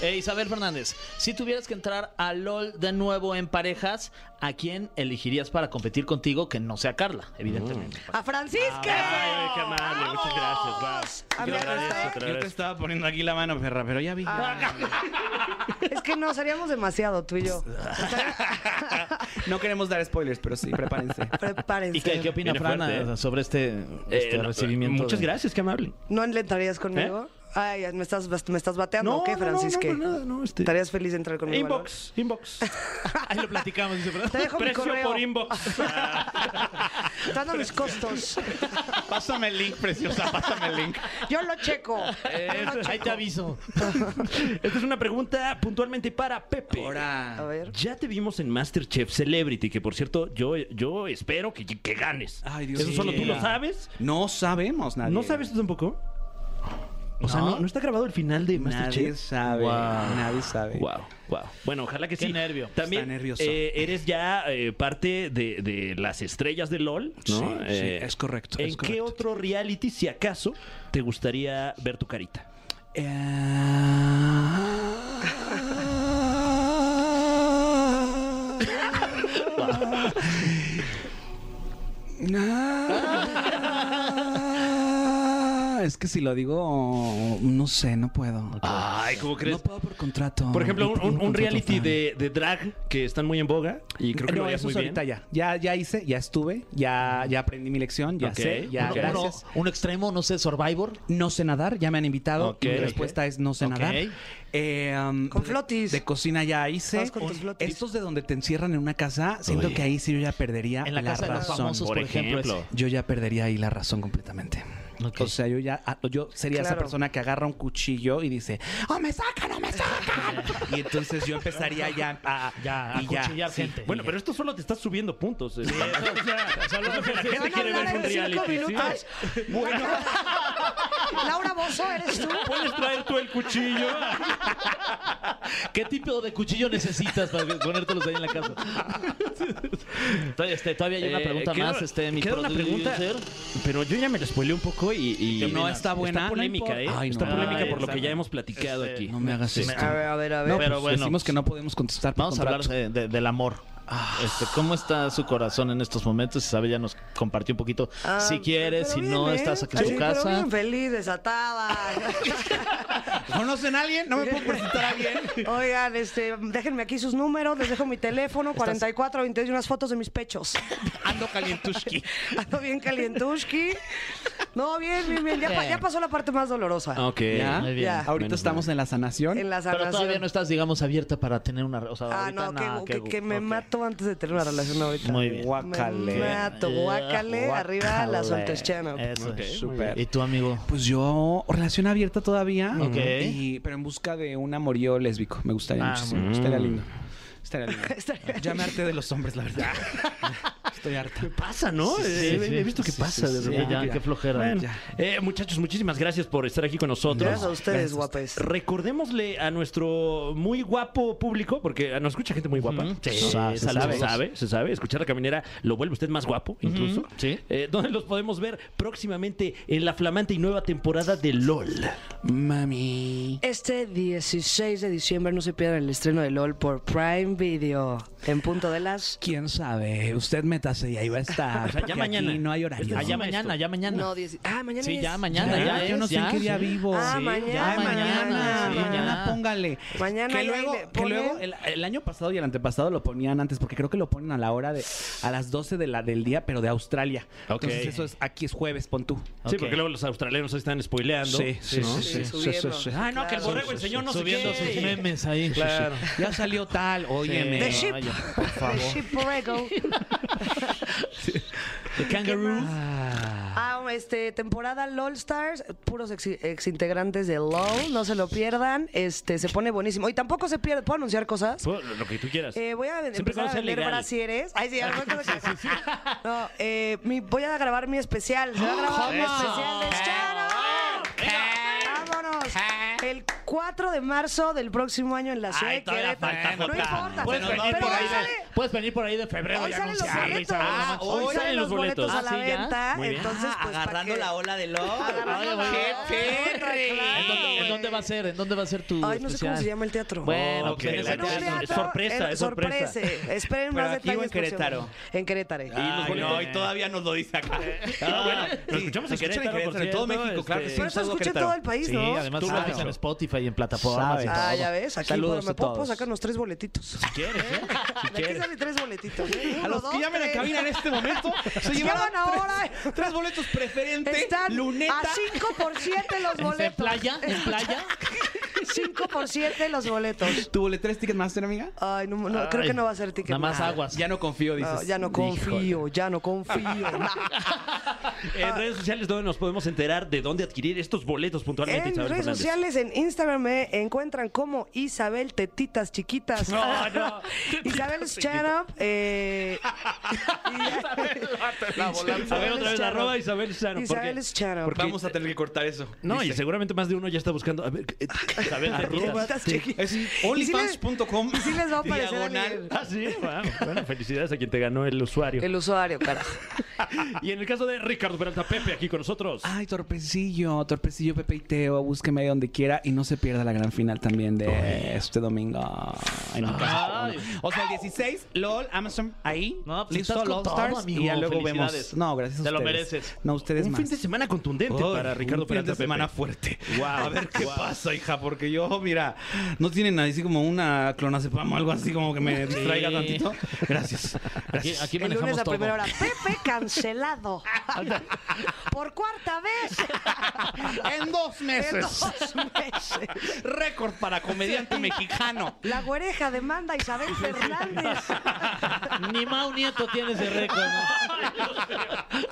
Eh, Isabel Fernández, si tuvieras que entrar a LOL de nuevo en parejas, ¿a quién
Mm.
elegirías para competir contigo que no sea Carla, evidentemente?
¡A Francisca!
Ay, qué amable, muchas gracias. gracias, va.
A mí,
Yo te
¿verdad?
agradezco, te
Yo te
agradezco.
estaba poniendo aquí la mano, Ferra, pero ya vi.
Ah. Es que no, seríamos demasiado tú y yo.
No queremos dar spoilers, pero sí, prepárense.
Prepárense.
¿Y qué, qué opina
Viene
Fran
fuerte,
a-
¿eh?
sobre este, este
Eh, no,
recibimiento?
Muchas
de-
gracias, qué amable.
¿No enlentarías conmigo? Ay, me estás, me estás bateando, ¿o ¿qué, Francisco?
No, no, no, no, no, este-
¿Estarías feliz de entrar conmigo? al bar?
Inbox, inbox.
Ahí lo platicamos, dice Fran.
Te dejo mi
Precio
correo.
por inbox.
Te dando mis costos.
Pásame el link, preciosa, pásame el link.
Yo lo checo.
Eh,
Ahí te aviso.
Esta es una pregunta puntualmente para Pepe.
A
Ahora.
ver.
Ya te vimos en Masterchef Celebrity, que por cierto, yo, yo espero que, que ganes.
Ay, Dios
Eso
mío.
solo tú lo sabes.
No sabemos nadie.
¿No sabes tú tampoco? O sea, no, no está grabado el final de
Nadie
Masterchef.
sabe.
Wow.
Nadie sabe.
Wow, wow. Bueno, ojalá que
Qué
sí.
nervio.
También
Está nervioso.
eh, eres ya eh, parte de, de las estrellas de LOL, ¿no?
Sí, sí,
Eh,
es correcto,
¿En
es
qué
correcto.
otro reality, si acaso, te gustaría ver tu carita?
Ah, Es que si lo digo, no sé, no puedo.
Ay, Ah, ¿cómo
No puedo por contrato.
Por ejemplo,
No
un,
tengo
un- un
contrato
reality
fan.
de, de drag que están muy en boga y creo que
no,
lo harías
eso
muy
es
bien.
ahorita ya. ya. Ya hice, ya estuve, ya, ya aprendí mi lección, ya
Ok,
sé, ya
ok.
Uno- uno-
gracias.
un extremo, no sé, Survivor.
No sé nadar, ya me han invitado.
Ok,
Mi
ok.
respuesta es no sé
Ok.
nadar. Eh, um,
Con
de-
flotis.
De, cocina ya hice.
Vas con tus flotis.
Estos de donde te encierran en una casa, siento
Oye.
que ahí sí yo ya perdería
En la casa de los
razón.
famosos, por,
por
ejemplo.
ejemplo.
ese.
Yo ya perdería ahí la razón completamente.
Ok.
O sea, yo ya ah, yo sería esa
Claro.
persona que agarra un cuchillo y dice, ¡Oh, me sacan, no me sacan! y entonces yo empezaría ya a,
Ya, a
y ya,
cuchillar
sí.
gente.
Bueno, pero esto solo te estás subiendo puntos. eh.
O sea, solo-
La gente
Van a
quiere
hablar
ver un
en cinco
reality. ¿sí?
minutos. Laura Bozo, ¿eres tú?
¿Puedes traer tú el cuchillo?
¿Qué tipo de cuchillo necesitas para ponértelos ahí en la casa? Todavía- este, todavía hay una
Eh,
pregunta
queda-
más, este, mi
queda una pregunta,
producer.
pero yo ya me la spoileé un poco y, y-
No, está buena,
Está
no
polémica,
importa.
¿eh?
Ay, no.
está polémica
Ay,
por lo que
exacto.
ya hemos platicado
Este,
aquí.
No me hagas esto.
A ver, a ver, a ver.
No,
Pero
pues,
bueno.
decimos que no podemos contestar. por
Vamos a hablar
contrato.
de- de- del amor. Este, ¿Cómo está su corazón en estos momentos? Isabel ya nos compartió un poquito.
Ah,
si quieres,
pero
si
bien,
no,
¿eh?
estás aquí en
Así,
tu
pero
casa.
bien feliz, desatada.
¿Conocen a alguien? No me puedo presentar a alguien.
Oigan, este, déjenme aquí sus números, les dejo mi teléfono, 44, 22 y unas fotos de mis pechos.
Ando calientushki.
Ando bien calientushki. No, bien, bien, bien. Ya, pa- ya pasó la parte más dolorosa.
Ok.
¿Ya?
Muy bien.
Ya.
Ahorita
Menos
estamos en la sanación.
En la sanación.
Pero todavía no estás, digamos, abierta para tener una. O sea,
Ah,
ahorita
no, que-
no,
que,
qué-
que me
ok.
mato antes de tener una relación ahorita.
Muy bien.
Me mato, guácale, arriba la
soltes
soltechana.
Eso
Ok,
es.
súper.
¿Y tú, amigo?
Pues yo, relación abierta todavía,
Ok.
y- pero en busca de un amorío lésbico. Me gustaría
Ah,
muchísimo.
muy bien.
Estaría lindo. Estaría lindo. ya me harté de los hombres, la verdad. Estoy harta.
Pasa, ¿no?
Sí, sí,
Eh,
sí.
He visto que
Sí,
pasa
sí,
de
sí,
repente.
ya, qué flojera.
Bueno,
Ya.
eh, muchachos, muchísimas gracias por estar aquí con nosotros.
Gracias a ustedes, guapes.
Pues Recordémosle a nuestro muy guapo público, porque ah, nos escucha gente muy guapa.
Ujú.
Sí,
Sí,
se sabe,
saludos.
se sabe, se sabe, Escuchar la caminera lo vuelve usted más guapo, incluso.
sí.
Eh, donde los podemos ver próximamente en la flamante y nueva temporada de LOL.
Mami.
Este 16 de diciembre no se pierdan el estreno de LOL por Prime Video. En punto de las.
¿Quién sabe? Usted métase y ahí va a estar.
O sea, ya
porque
mañana. Este
Aquí no hay horario.
Allá mañana, allá mañana.
No, 10. Ah, mañana
Sí,
es.
ya mañana,
Ya,
ya,
yo no
es,
sé
ya.
en qué día
Sí.
vivo.
Ah,
Sí.
mañana,
Ay, mañana,
sí,
mañana
ya.
póngale.
Mañana
que
ya
luego,
le
que
ponen-
luego el, el año pasado y el antepasado lo ponían antes, porque creo que lo ponen a la hora de, a las 12 de la, del día, pero de Australia.
Ok.
Entonces eso es, aquí es jueves, pon tú.
Sí,
Ok.
porque luego los australianos ahí están spoileando. ¿no?
sí, subiendo.
Ay, no, que el
Claro.
borrego enseñó no sé
Pues, Subiendo
qué.
sus memes ahí.
Claro.
Ya salió tal, óyeme.
The ship.
Vaya,
por favor. The ship borrego.
The Kangaroo.
Ah, este, temporada LOL Stars, puros ex, exintegrantes de LOL, no se lo pierdan, este, se pone buenísimo. Y tampoco se pierde, ¿puedo anunciar cosas?
Pues, Lo que tú quieras.
Eh, voy a ven-
Siempre
empezar
cuando
a
sea
vender
legal.
brasieres. Ay, sí, algo que- No, eh, mi- voy a grabar mi especial. Se va a grabar mi especial de Charo. Vámonos. El 4 de marzo del próximo año en la ciudad de
todavía
Querétalo.
falta,
No
Jota.
importa.
Puedes
pero
venir por
va a
ahí de-
salir-
Puedes venir por ahí de febrero
Hoy
y
salen los
anunciar.
boletos.
Ah, hoy, salen los boletos.
a la
Ah, sí, ya.
venta.
Muy bien.
Entonces,
Ah,
pues. para
agarrando
que-
la ola del lobo.
Agarrando la
¡Qué
ola,
perre!
claro.
¿En dónde, en dónde va a ser? ¿En dónde va a ser tu
Ay, no sé cómo
especial?
se llama el teatro.
Bueno,
Ok,
pues en
la
ese
Bueno,
teatro.
caso.
teatro,
Es sorpresa,
en-
es sorpresa.
sorprese. Esperen
Pero
más
aquí o
detalles.
en
por si-
Querétaro.
En Querétaro.
Ay, no, y
boletos.
todavía nos lo dice acá.
Ah, bueno, lo
sí, se
escuchamos en
escuchan
Querétaro, por
en todo
cierto,
México, claro que
este-
sí.
Pero eso
saludo
escucha
a
en
Querétaro.
todo el país,
Sí,
¿no?
además
Tú
tú
lo has dicho.
en Spotify y en plataformas. y
Sabes.
Ah,
todo.
ya ves, aquí
Saludos
me
a
puedo
todos.
sacarnos tres boletitos. Si
¿Quieres? eh? Si
aquí
quieres.
salen tres boletitos. ¿eh?
A
Uno,
los que
dos,
llamen a
tres.
cabina en este momento, se llevaban
Llaman ahora.
tres boletos preferentes,
Están
luneta.
a 5 por 7 los
¿En- ¿En
boletos.
playa? ¿En playa?
5 por 7 los boletos.
¿Tu boletra es Ticketmaster, amiga?
Ay, no, no, creo que no va a ser ticket.
Nada más aguas.
Ya no confío, dices.
No, ya no confío, ya no confío.
En
ah.
redes sociales, ¿dónde nos podemos enterar de dónde adquirir estos boletos puntualmente,
En
Isabel
redes
Fernández?
sociales, en Instagram me encuentran como Isabel Tetitas Chiquitas.
No, no.
Isabel Stand Up. eh,
A ver, otra vez,
Chano.
arroba Isabel Chano. ¿por qué?
Isabel Stand Up.
Porque-
Vamos a tener que cortar eso.
No, y seguramente más de uno ya está buscando. A ver, eh, Isabel, ¿te quitas?
Tetitas Chiquitas.
Es onlyfans.com.
Y sí les va a aparecer a
diagonal.
Ah, sí, wow. Bueno, felicidades a quien te ganó el usuario.
El usuario, carajo.
Y en el caso de Ricardo Peralta Pepe, aquí con nosotros.
Ay, Torpecillo, Torpecillo Pepe y Teo, búsqueme ahí donde quiera y no se pierda la gran final también de este domingo. en mi casa.
Ay.
O sea, el 16, LOL, Amazon, ahí.
No, pues
listo,
estás con
LOL
todo,
Stars.
amigo.
y ya luego
Felicidades.
vemos. No, gracias a
Te lo
ustedes.
mereces.
No, ustedes
un
más.
fin de semana contundente
Ay,
para Ricardo
un fin
Peralta
de
Pepe.
semana fuerte.
Wow.
A ver qué pasa, hija, porque yo, mira, no tienen así como una clonazepam o algo así como que me distraiga tantito. Gracias.
Aquí,
Gracias.
aquí
El lunes
manejamos
a
todo.
primera hora. Pepe cancelado. Por cuarta vez.
En dos
En
meses.
dos meses.
Récord para comediante mexicano.
La güereja demanda a Isabel Fernández.
Ni Mau Nieto tiene ese récord. ¿no?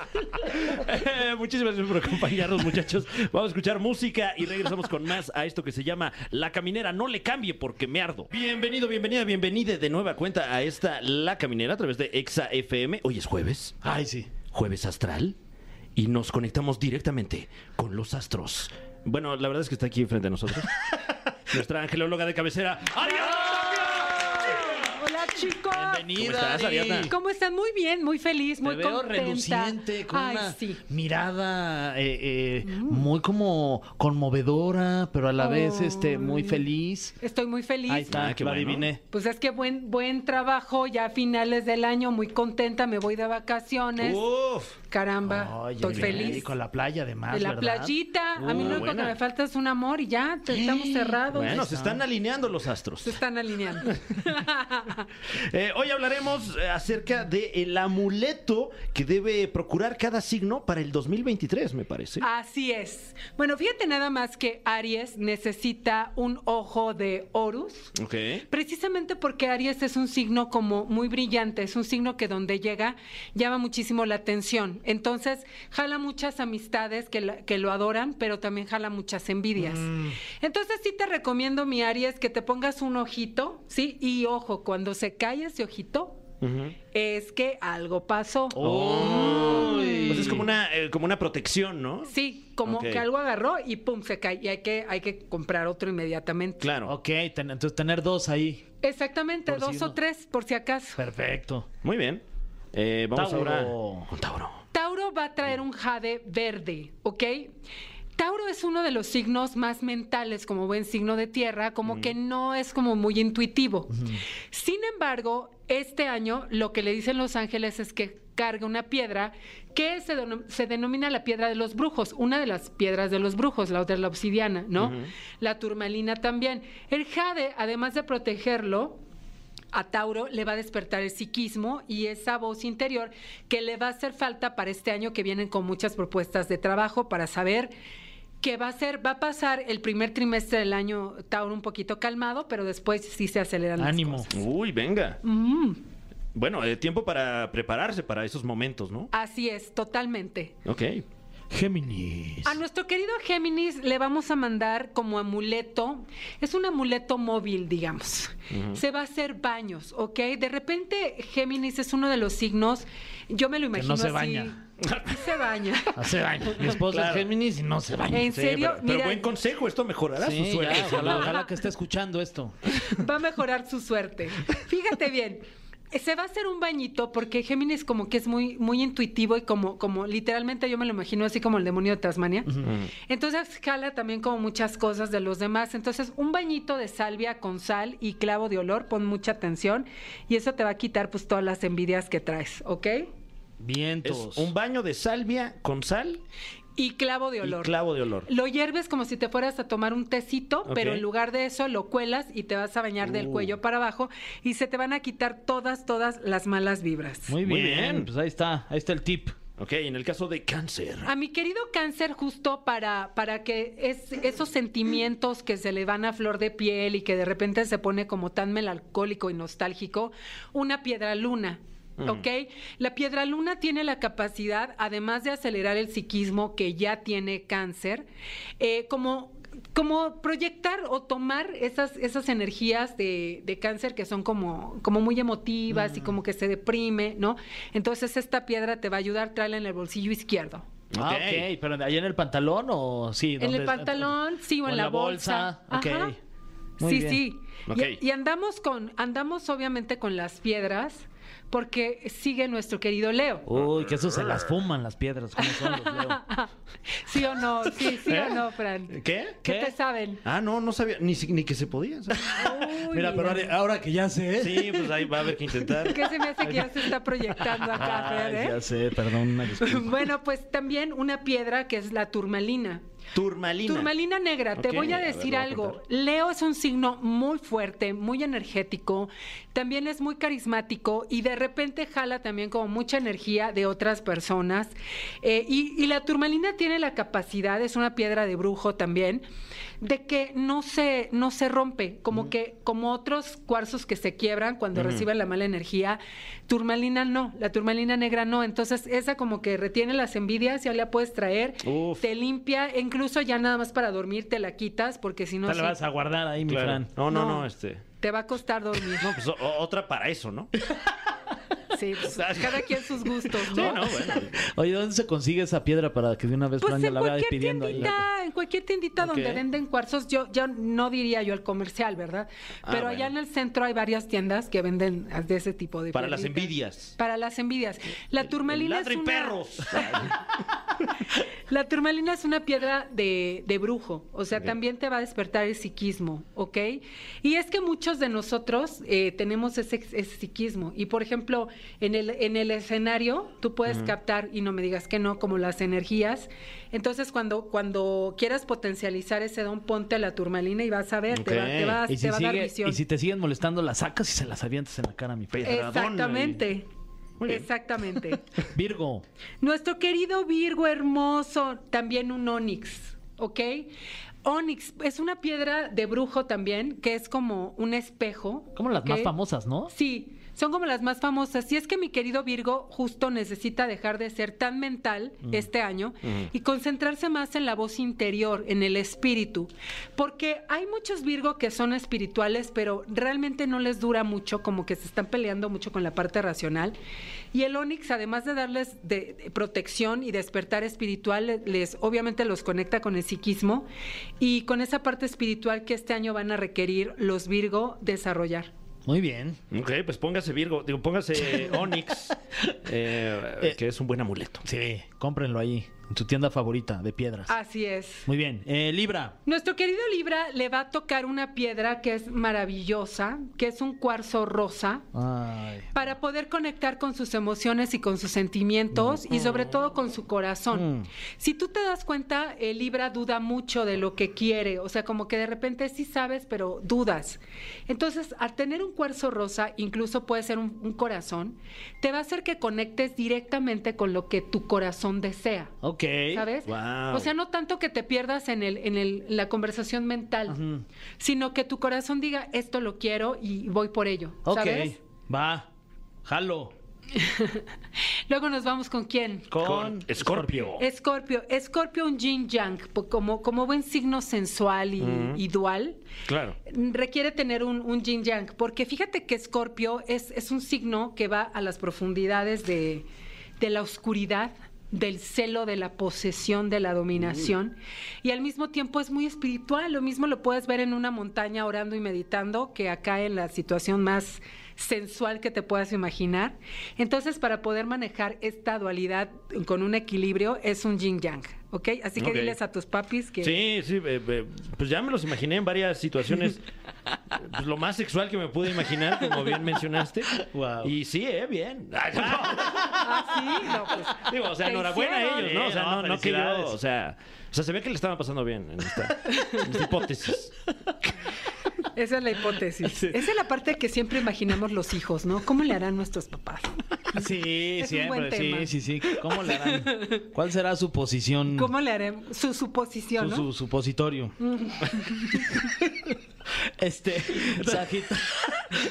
Eh, muchísimas gracias por acompañarnos, muchachos. Vamos a escuchar música y regresamos con más a esto que se llama La Caminera. No le cambie porque me ardo. Bienvenido, bienvenida, bienvenida de nueva cuenta a esta La Caminera a través de Exa FM. Hoy es jueves.
Ay, sí.
jueves astral y nos conectamos directamente con los astros. Bueno, la verdad es que está aquí frente a nosotros. Nuestra angelóloga de cabecera, Ariana.
Hola, chicos.
Bienvenida.
¿Cómo estás,
Ari.
Ariana?
¿Cómo están? Muy bien, muy feliz, muy
Te veo
contenta.
reluciente, con
Ay,
una
sí. Mm.
mirada eh, eh, muy como conmovedora, pero a la vez este muy feliz.
Estoy muy Oh. feliz.
Ahí está,
Ah, qué
lo
bueno.
adiviné.
Pues es que buen buen trabajo, ya a finales del año, muy contenta, me voy de vacaciones.
Uf.
Caramba,
Oye,
estoy
bien, Uh. Y
feliz.
con la playa además,
De la
¿verdad?
playita, a mí
Uh,
lo único
buena.
que me falta es un amor y ya, te- estamos cerrados.
Bueno, se están alineando los astros.
Se están alineando.
Eh, hoy hablaremos eh, acerca del el amuleto que debe procurar cada signo para el 2023, me parece.
Así es. Bueno, fíjate nada más que Aries necesita un ojo de Horus.
Ok.
Precisamente porque Aries es un signo como muy brillante, es un signo que donde llega llama muchísimo la atención. Entonces, jala muchas amistades que, la- que lo adoran, pero también jala muchas envidias.
Mm.
Entonces, sí te recomiendo, mi Aries, que te pongas un ojito, ¿sí? Y ojo, cuando se cae ese ojito, es que algo pasó.
Uy. Pues es como una, eh, como una protección, ¿no?
Sí, como
Ok.
que algo agarró y pum, se cae. Y hay que, hay que comprar otro inmediatamente.
Claro.
Ok, ten- entonces tener dos ahí.
Exactamente,
Por
dos
signo.
o tres, por si acaso.
Perfecto.
Muy bien. Eh, vamos
Tauro.
ahora con Tauro.
Tauro va a traer un jade verde, ¿ok? Tauro es uno de los signos más mentales como buen signo de tierra, como que no es como muy intuitivo. Sin embargo, este año lo que le dicen los ángeles es que carga una piedra que se, denom- se denomina la piedra de los brujos, una de las piedras de los brujos, la otra es la obsidiana, ¿no? La turmalina también. El jade, además de protegerlo, a Tauro le va a despertar el psiquismo y esa voz interior que le va a hacer falta para este año que vienen con muchas propuestas de trabajo para saber qué va a ser. Va a pasar el primer trimestre del año Tauro un poquito calmado, pero después sí se aceleran las
Ánimo.
cosas.
Uy, venga.
Mm,
Bueno, eh, tiempo para prepararse para esos momentos, ¿no?
así es, totalmente.
Ok.
Géminis.
A nuestro querido Géminis le vamos a mandar como amuleto, es un amuleto móvil, digamos. Se va a hacer baños, ¿ok? De repente Géminis es uno de los signos, yo me lo
Que
imagino
no se
así.
baña.
Sí se baña.
Hace daño. Mi esposa
Claro.
es Géminis y no se baña.
¿En
Sí,
serio?
Pero, pero
Mira,
buen consejo, esto mejorará
Sí,
su suerte.
ya, ojalá, ojalá que esté escuchando esto.
va a mejorar su suerte. Fíjate bien. Se va a hacer un bañito porque Géminis como que es muy, muy intuitivo y como, como literalmente yo me lo imagino así como el demonio de Tasmania. Entonces jala también como muchas cosas de los demás. Entonces un bañito de salvia con sal y clavo de olor, pon mucha atención y eso te va a quitar pues todas las envidias que traes, ¿ok?
Es
Vientos.
un baño de salvia con sal
Y clavo de
y
olor.
clavo de olor.
Lo hierves como si te fueras a tomar un tecito,
Ok.
pero en lugar de eso lo cuelas y te vas a bañar del
Uh.
cuello para abajo y se te van a quitar todas, todas las malas vibras.
Muy
Muy
bien.
bien.
Pues ahí está, ahí está el tip.
Ok, en el caso de cáncer.
A mi querido cáncer, justo para, para que es, esos sentimientos que se le van a flor de piel y que de repente se pone como tan melancólico y nostálgico, una piedra luna. ¿Ok? La piedra luna tiene la capacidad, además de acelerar el psiquismo que ya tiene cáncer, eh, como, como proyectar o tomar esas, esas energías de, de cáncer que son como, como muy emotivas y como que se deprime, ¿no? Entonces esta piedra te va a ayudar, tráela en el bolsillo izquierdo.
Ah,
Ok.
ok. Pero allá en el pantalón o sí.
En
¿dónde
el
está?
pantalón, sí, o en Ah, la, bolsa.
Ok.
Ajá.
Muy
sí,
bien.
sí. Y-
Ok.
Y, andamos con, andamos obviamente con las piedras, porque sigue nuestro querido Leo.
Uy, que eso se las fuman las piedras. ¿Cómo son los Leo?
¿Sí o no? Sí, sí o no, Fran. ¿Eh? ¿Qué,
¿Qué?
te saben?
Ah, no, no sabía, ni, si- ni que se podía. ¿sabes?
Uy,
ahora que ya sé. ¿eh?
Sí, pues ahí va a haber que intentar.
¿Qué se me hace que ya se está proyectando acá, Fran, eh?
Ya sé, perdón, una disculpa.
Bueno, pues también una piedra que es la turmalina.
Turmalina.
Turmalina negra,
Ok,
te voy
a
a
ver,
decir
lo voy a
algo.
apuntar.
Leo es un signo muy fuerte, muy energético, también es muy carismático y de repente jala también como mucha energía de otras personas. Eh, y, y la turmalina tiene la capacidad, es una piedra de brujo también, de que no se, no se rompe, como que, como otros cuarzos que se quiebran cuando reciben la mala energía, turmalina no, la turmalina negra no. Entonces, esa como que retiene las envidias, ya la puedes traer,
Uf.
te limpia, e incluso ya nada más para dormir te la quitas, porque si no
Te
sí,
la vas a guardar ahí, mi
Claro.
Fran.
No, no, no,
No.
este.
te va a costar dormir.
No, pues o- otra para eso, ¿no?
Sí, pues, cada quien sus gustos, ¿no?
Sí, no, pues, bueno.
Oye, ¿dónde se consigue esa piedra para que de una vez
Pues
Fran ya
en
la vaya
cualquier
pidiendo? ahí?
tiendita, en cualquier tiendita
Ok.
donde venden cuarzos, yo, yo no diría yo el comercial, ¿verdad?
Ah,
Pero
bueno.
allá en el centro hay varias tiendas que venden de ese tipo de
Para las
piedritas.
envidias.
Para las envidias. La turmalina
Ladra
es
y
una...
perros.
La turmalina es una piedra de, de brujo, o sea, también te va a despertar el psiquismo, ¿ok? Y es que muchos de nosotros eh, tenemos ese, ese psiquismo. Y por ejemplo, en el, en el escenario tú puedes captar, y no me digas que no, como las energías. Entonces, cuando, cuando quieras potencializar ese don, ponte la turmalina y vas a ver, te va,
Ok.
te va-
Y si,
te va a dar
sigue-
visión.
y si te siguen molestando, las sacas y se las avientas en la cara, mi Fran.
pedradona ahí.
Exactamente.
Muy bien.
Exactamente.
Virgo.
Nuestro querido Virgo hermoso, también un onix, ¿ok? Onix es una piedra de brujo también, que es como un espejo.
Como las más
¿ok?
famosas, ¿no?
Sí, son como las más famosas. Y es que mi querido Virgo justo necesita dejar de ser tan mental este año y concentrarse más en la voz interior, en el espíritu. Porque hay muchos Virgo que son espirituales, pero realmente no les dura mucho, como que se están peleando mucho con la parte racional. Y el Onix, además de darles de, de protección y despertar espiritual, le- les obviamente los conecta con el psiquismo y con esa parte espiritual que este año van a requerir los Virgo desarrollar.
Muy bien.
Ok, pues póngase Virgo, digo, póngase Onyx, eh,
Eh.
que es un buen amuleto.
Sí, cómprenlo ahí, en tu tienda favorita de piedras.
Así es.
Muy bien. Eh, Libra.
Nuestro querido Libra le va a tocar una piedra que es maravillosa, que es un cuarzo rosa,
Ay.
para poder conectar con sus emociones y con sus sentimientos y sobre todo con su corazón.
Mm.
Si tú te das cuenta, el Libra duda mucho de lo que quiere, o sea, como que de repente sí sabes, pero dudas. Entonces, al tener un cuarzo rosa, incluso puede ser un, un corazón, te va a hacer que conectes directamente con lo que tu corazón desea.
Ok.
¿Sabes?
Guau.
O sea, no tanto que te pierdas en, el, en, el- en la conversación mental, sino que tu corazón diga, esto lo quiero y voy por ello.
Ok.
¿Sabes?
Va. Jalo.
Luego nos vamos con quién.
Con,
Scorpio.
Escorpio, Escorpio un yin yang, po- como, como buen signo sensual y, y dual,
Claro.
requiere tener un, un yin yang, porque fíjate que Escorpio es, es un signo que va a las profundidades de, de la oscuridad, del celo, de la posesión, de la dominación, y al mismo tiempo es muy espiritual, lo mismo lo puedes ver en una montaña orando y meditando que acá en la situación más sensual que te puedas imaginar. Entonces, para poder manejar esta dualidad con un equilibrio, es un yin-yang, ¿ok? Así que
Ok.
diles a tus papis que...
Sí, sí, eh, eh, pues ya me los imaginé en varias situaciones. Pues lo más sexual que me pude imaginar, como bien mencionaste.
Wow.
Y sí, eh, bien. Ay,
Ah, sí, no, pues,
Digo, o sea,
te
enhorabuena a
hicieron.
ellos, ¿no? O sea,
Sí, no,
no, no que yo,
felicidades.
o sea, o sea, se ve que le estaban pasando bien en esta, en esta hipótesis.
Esa es la hipótesis. Esa es la parte que siempre imaginamos los hijos, ¿no? ¿Cómo le harán nuestros papás?
Sí,
Es un
siempre,
buen tema.
sí, sí, sí. ¿Cómo le harán? ¿Cuál será su posición?
¿Cómo le harán su suposición,
su,
no?
Mm. su supositorio. este, Sagita-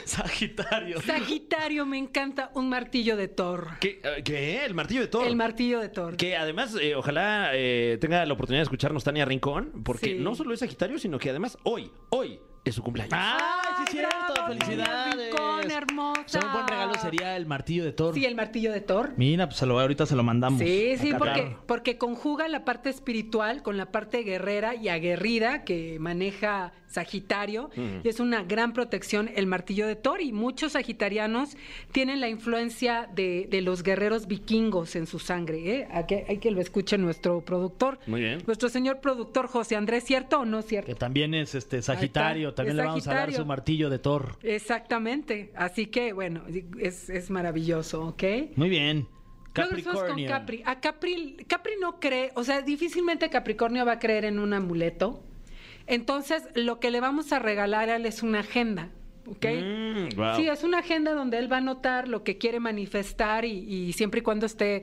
Sagitario.
Sagitario, me encanta un martillo de Thor.
¿Qué? eh, ¿Qué? ¿El martillo de Thor?
El martillo de Thor.
Que además, eh, ojalá eh, tenga la oportunidad de escucharnos Tania Rincón, porque
Sí.
no solo es Sagitario, sino que además hoy, hoy es su cumpleaños.
Ah,
¡Ay, sí, es cierto!
bravo,
¡Felicidades!
Tania Rincón, hermosa.
O sea, un buen regalo sería el martillo de Thor.
Sí, el martillo de Thor.
Mira, pues se lo, ahorita se lo mandamos.
Sí, sí,
Acá,
porque,
claro.
porque conjuga la parte espiritual con la parte guerrera y aguerrida que maneja Sagitario. Y es una gran protección el martillo de Thor. Y muchos sagitarianos tienen la influencia de, de los guerreros vikingos en su sangre. ¿eh? Hay, que, hay que lo escuche nuestro productor.
Muy bien.
Nuestro señor productor José Andrés, ¿cierto o no cierto?
Que también es este Sagitario,
Ahí está,
también
es
le vamos a dar
Sagitario.
su martillo de Thor.
Exactamente. Así que, bueno, es, es maravilloso, ¿ok?
Muy bien.
Luego nos vamos con
Capricornio.
Capri. A Capri, Capri no cree, o sea, difícilmente Capricornio va a creer en un amuleto. Entonces, lo que le vamos a regalar a él es una agenda, ¿ok?
Mm, wow.
Sí, es una agenda donde él va a anotar lo que quiere manifestar y, y siempre y cuando esté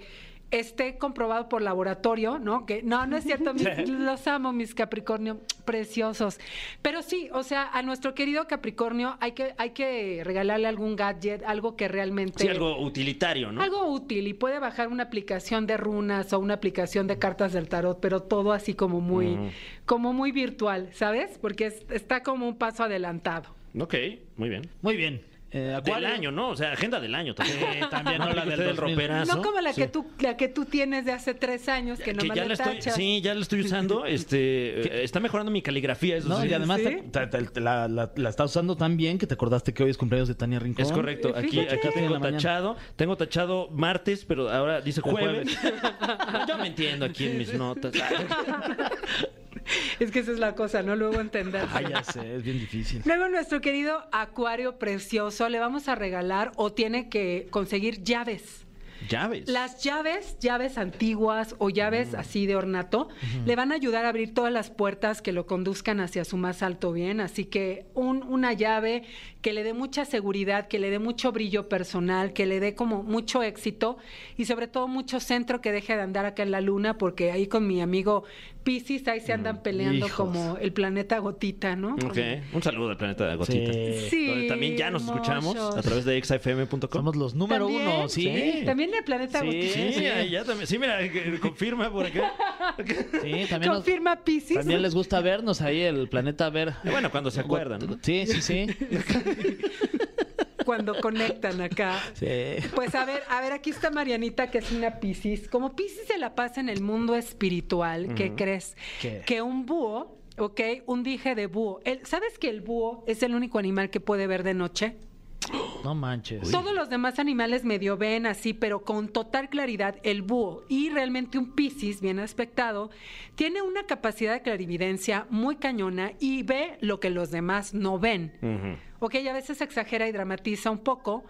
esté comprobado por laboratorio, ¿no? Que no, no es cierto, mis- los amo mis Capricornio preciosos. Pero sí, o sea, a nuestro querido Capricornio hay que hay que regalarle algún gadget, algo que realmente
Sí, algo utilitario, ¿no?
este, algo útil y puede bajar una aplicación de runas o una aplicación de cartas del tarot, pero todo así como muy, como muy virtual, ¿sabes? Porque es- está como un paso adelantado.
Ok, muy bien.
Muy bien. Eh,
Del
Acuario.
año, ¿no? O sea, agenda del año también.
también, no la del
Usted
2000.
roperazo.
No como la
Ah, Sí.
que tú, la que tú tienes de hace tres años que,
Que
nomás
ya
le
la estoy,
tachas.
sí, ya la estoy usando. Este, eh, está mejorando mi caligrafía, eso
No,
sí.
y además
Sí.
te- te- te- te- la, la- la estás usando tan bien que te acordaste que hoy es cumpleaños de Tania Rincón.
Es correcto. Aquí,
Fíjate.
aquí
En la
tengo
mañana.
tachado. Tengo tachado martes, pero ahora dice jueves. No, Yo me entiendo aquí en mis notas.
Es que esa es la cosa, no luego entender.
Ay, ya sé, es bien difícil.
Luego nuestro querido acuario precioso le vamos a regalar o tiene que conseguir llaves.
Llaves.
Las llaves, llaves antiguas o llaves así de ornato, le van a ayudar a abrir todas las puertas que lo conduzcan hacia su más alto bien. Así que un- una llave que le dé mucha seguridad, que le dé mucho brillo personal, que le dé como mucho éxito y sobre todo mucho centro que deje de andar acá en la luna, porque ahí con mi amigo Piscis ahí se andan peleando
Hijos.
como el planeta gotita, ¿no?
Ok. Un saludo al planeta de Gotita.
Sí.
Sí,
Donde también ya nos escuchamos
hermosos.
a través de exafm.com.
Somos los número
¿También?
uno, sí.
También el planeta
Sí.
gotita.
Sí, ahí ya también. Sí, mira, que- confirma por acá.
Sí, también, nos-
Confirma Piscis.
también les gusta vernos ahí, el planeta ver.
Eh, Bueno, cuando se acuerdan. ¿no?
Sí, sí, sí.
cuando conectan acá.
Sí.
Pues a ver, a ver, aquí está Marianita, que es una Piscis. Como Piscis se la pasa en el mundo espiritual, ¿qué crees?
¿Qué?
Que un búho, ¿ok? Un dije de búho. El- ¿Sabes que el búho es el único animal que puede ver de noche?
No manches.
Todos los demás animales medio ven así, pero con total claridad el búho y realmente un piscis bien aspectado tiene una capacidad de clarividencia muy cañona y ve lo que los demás no ven. Ok, y a veces exagera y dramatiza un poco,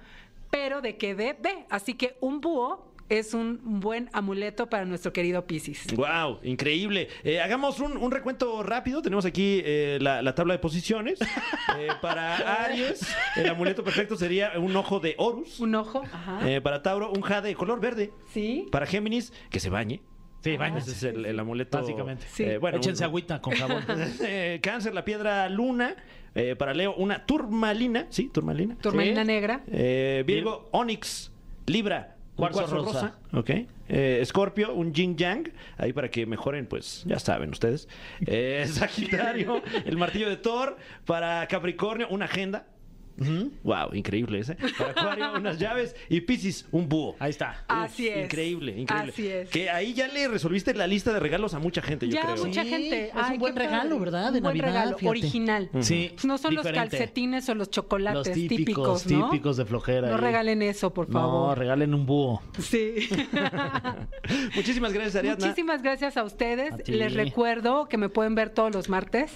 pero de que ve, ve. Así que un búho es un buen amuleto para nuestro querido piscis.
Wow, increíble. Eh, hagamos un, un recuento rápido. Tenemos aquí eh, la, la tabla de posiciones. Eh, para Aries, el amuleto perfecto sería un ojo de Horus.
Un ojo, ajá.
Eh, para Tauro, un jade de color verde.
Sí.
Para Géminis, que se bañe. Ah,
Sí,
Ese es el, el amuleto.
Básicamente.
Sí.
Eh, bueno,
Échense
un-
agüita con jabón.
Eh, cáncer, la piedra luna. Eh, para Leo, una turmalina. Sí, turmalina.
Turmalina
Sí.
negra.
Eh, Virgo, Onix, Libra, un
Cuarzo
cuarzo,
rosa.
rosa. Ok. Eh, Escorpio, un yin yang. Ahí para que mejoren, pues ya saben ustedes. Eh, Sagitario, el martillo de Thor. Para Capricornio, una agenda. Wow, increíble ese. Para Acuario, unas llaves. Y Piscis, un búho.
Ahí está.
Así es.
Increíble, increíble.
Así es.
Que ahí ya le resolviste la lista de regalos a mucha gente, yo
ya
creo. ¿eh?
mucha
Sí,
gente.
es un
Ay,
buen
qué padre.
regalo, ¿verdad? De
Un buen
Navidad,
regalo,
fíjate.
original.
Sí.
No son los
diferente.
calcetines o los chocolates
Los típicos,
típicos, ¿no?
típicos de flojera.
No
ahí.
regalen eso, por
No,
favor.
regalen un búho.
sí.
Muchísimas gracias, Ariadna.
Muchísimas gracias a ustedes.
A ti.
Les recuerdo que me pueden ver todos los martes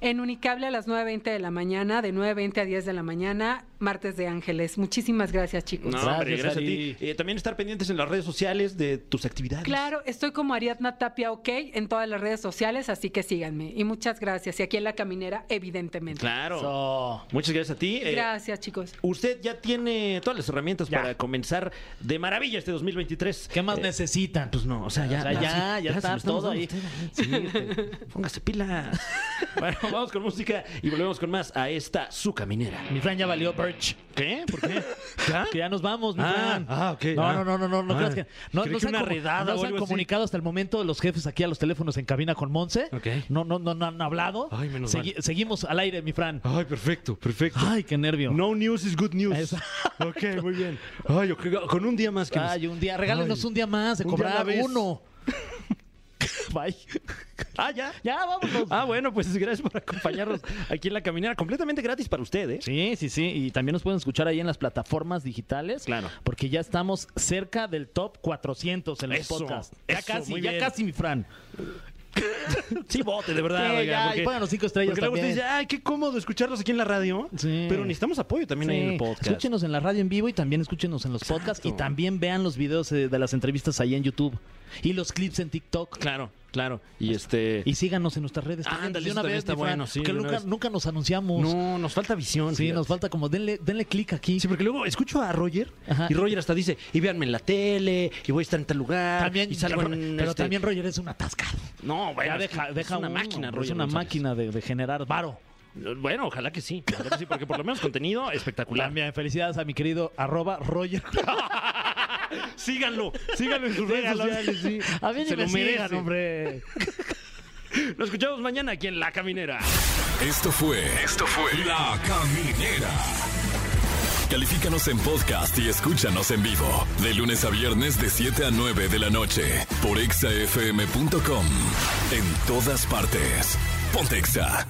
en Unicable a las 9.20 de la mañana, de 9.20 a 10 de la mañana, martes de Ángeles. Muchísimas gracias, chicos.
No, hombre,
Pues Gracias,
gracias a ti.
Ari.
Eh, también estar pendientes en las redes sociales de tus actividades.
Claro, estoy como Ariadna Tapia OK en todas las redes sociales, así que síganme. Y muchas gracias. Y aquí en La Caminera, evidentemente.
Claro.
So,
Muchas gracias a ti. Eh,
Gracias, chicos.
Usted ya tiene todas las herramientas
Ya.
para comenzar de maravilla este 2023.
¿Qué más
Eh,
necesitan?
Pues no, o sea, ya,
O sea, ya, ya
se
está
lo estamos
todo
dando
ahí.
usted Sí, póngase pilas. bueno, vamos con música y volvemos con más a esta su caminera.
Mi Fran ya valió Birch.
¿Qué? ¿Por qué?
Que ya nos vamos, mi
Ah,
Fran.
ah, ok,
No,
ah.
no, no, no, no, no
Ah,
creas que. No,
creí
no
que
se han,
una
comu-
redada
no
o
se han
algo así.
comunicado hasta el momento los jefes aquí a los teléfonos en cabina con Monse.
Ok.
No, no, no, no han hablado.
Ay, menos mal.
Seguimos al aire, mi Fran.
Ay, perfecto, perfecto.
Ay, qué nervio.
No news is good news.
Exacto. Ah,
Ok, muy bien. Ay, yo creo que con un día más que nos-
Ay, un día, regálenos
Ay.
un día más de
Un día a la
cobrar
vez.
uno. Bye.
Ah, ya.
Ya, vámonos.
Ah, bueno, pues gracias por acompañarnos aquí en la caminera, completamente gratis para ustedes.
Sí, sí, sí. Y también nos pueden escuchar ahí en las plataformas digitales.
Claro.
Porque ya estamos cerca del top 400 en los
Eso,
podcasts. Ya
eso,
casi,
muy
ya
bien.
casi, mi Fran.
Sí, vote, de verdad.
Sí, ya, y pónganos cinco estrellas
Ah, Porque luego
también.
usted dice, ay, qué cómodo escucharlos aquí en la radio.
Sí.
Pero necesitamos apoyo también ahí en el
Sí,
podcast.
Escúchenos en la radio en vivo y también escúchenos en los podcasts. Y también vean los videos eh, de las entrevistas ahí en YouTube. Y los clips en TikTok.
Claro, claro. Y este.
Y síganos en nuestras redes.
Ah,
también.
ándale,
De
eso también está
mi Fran,
bueno, sí,
Porque
de una
nunca,
vez.
nunca nos anunciamos.
no, nos falta visión.
Sí,
fíjate.
nos falta como denle, denle clic aquí.
Sí, porque luego escucho a Roger
Ajá.
y Roger hasta dice, y véanme en la tele, y voy a estar en tal lugar,
también,
ah, y salgo
pero,
en
pero
este-
también Roger es un atascado.
No, bueno,
Ya
es que
deja,
es
deja
una
uno,
máquina, Roger
Es una
González.
máquina de, de generar varo.
Bueno, ojalá que sí, ojalá que sí, porque por lo menos contenido espectacular.
También felicidades a mi querido arroba Roger.
Síganlo, síganlo en sus redes
Síganlo.
sociales, sí.
A mí ni
Se
me
lo
sigan,
merece.
hombre.
Lo escuchamos mañana aquí en La Caminera.
Esto fue. Esto fue. La Caminera. Califícanos en podcast y escúchanos en vivo. De lunes a viernes de 7 a 9 de la noche. Por exafm.com. En todas partes. Pontexa.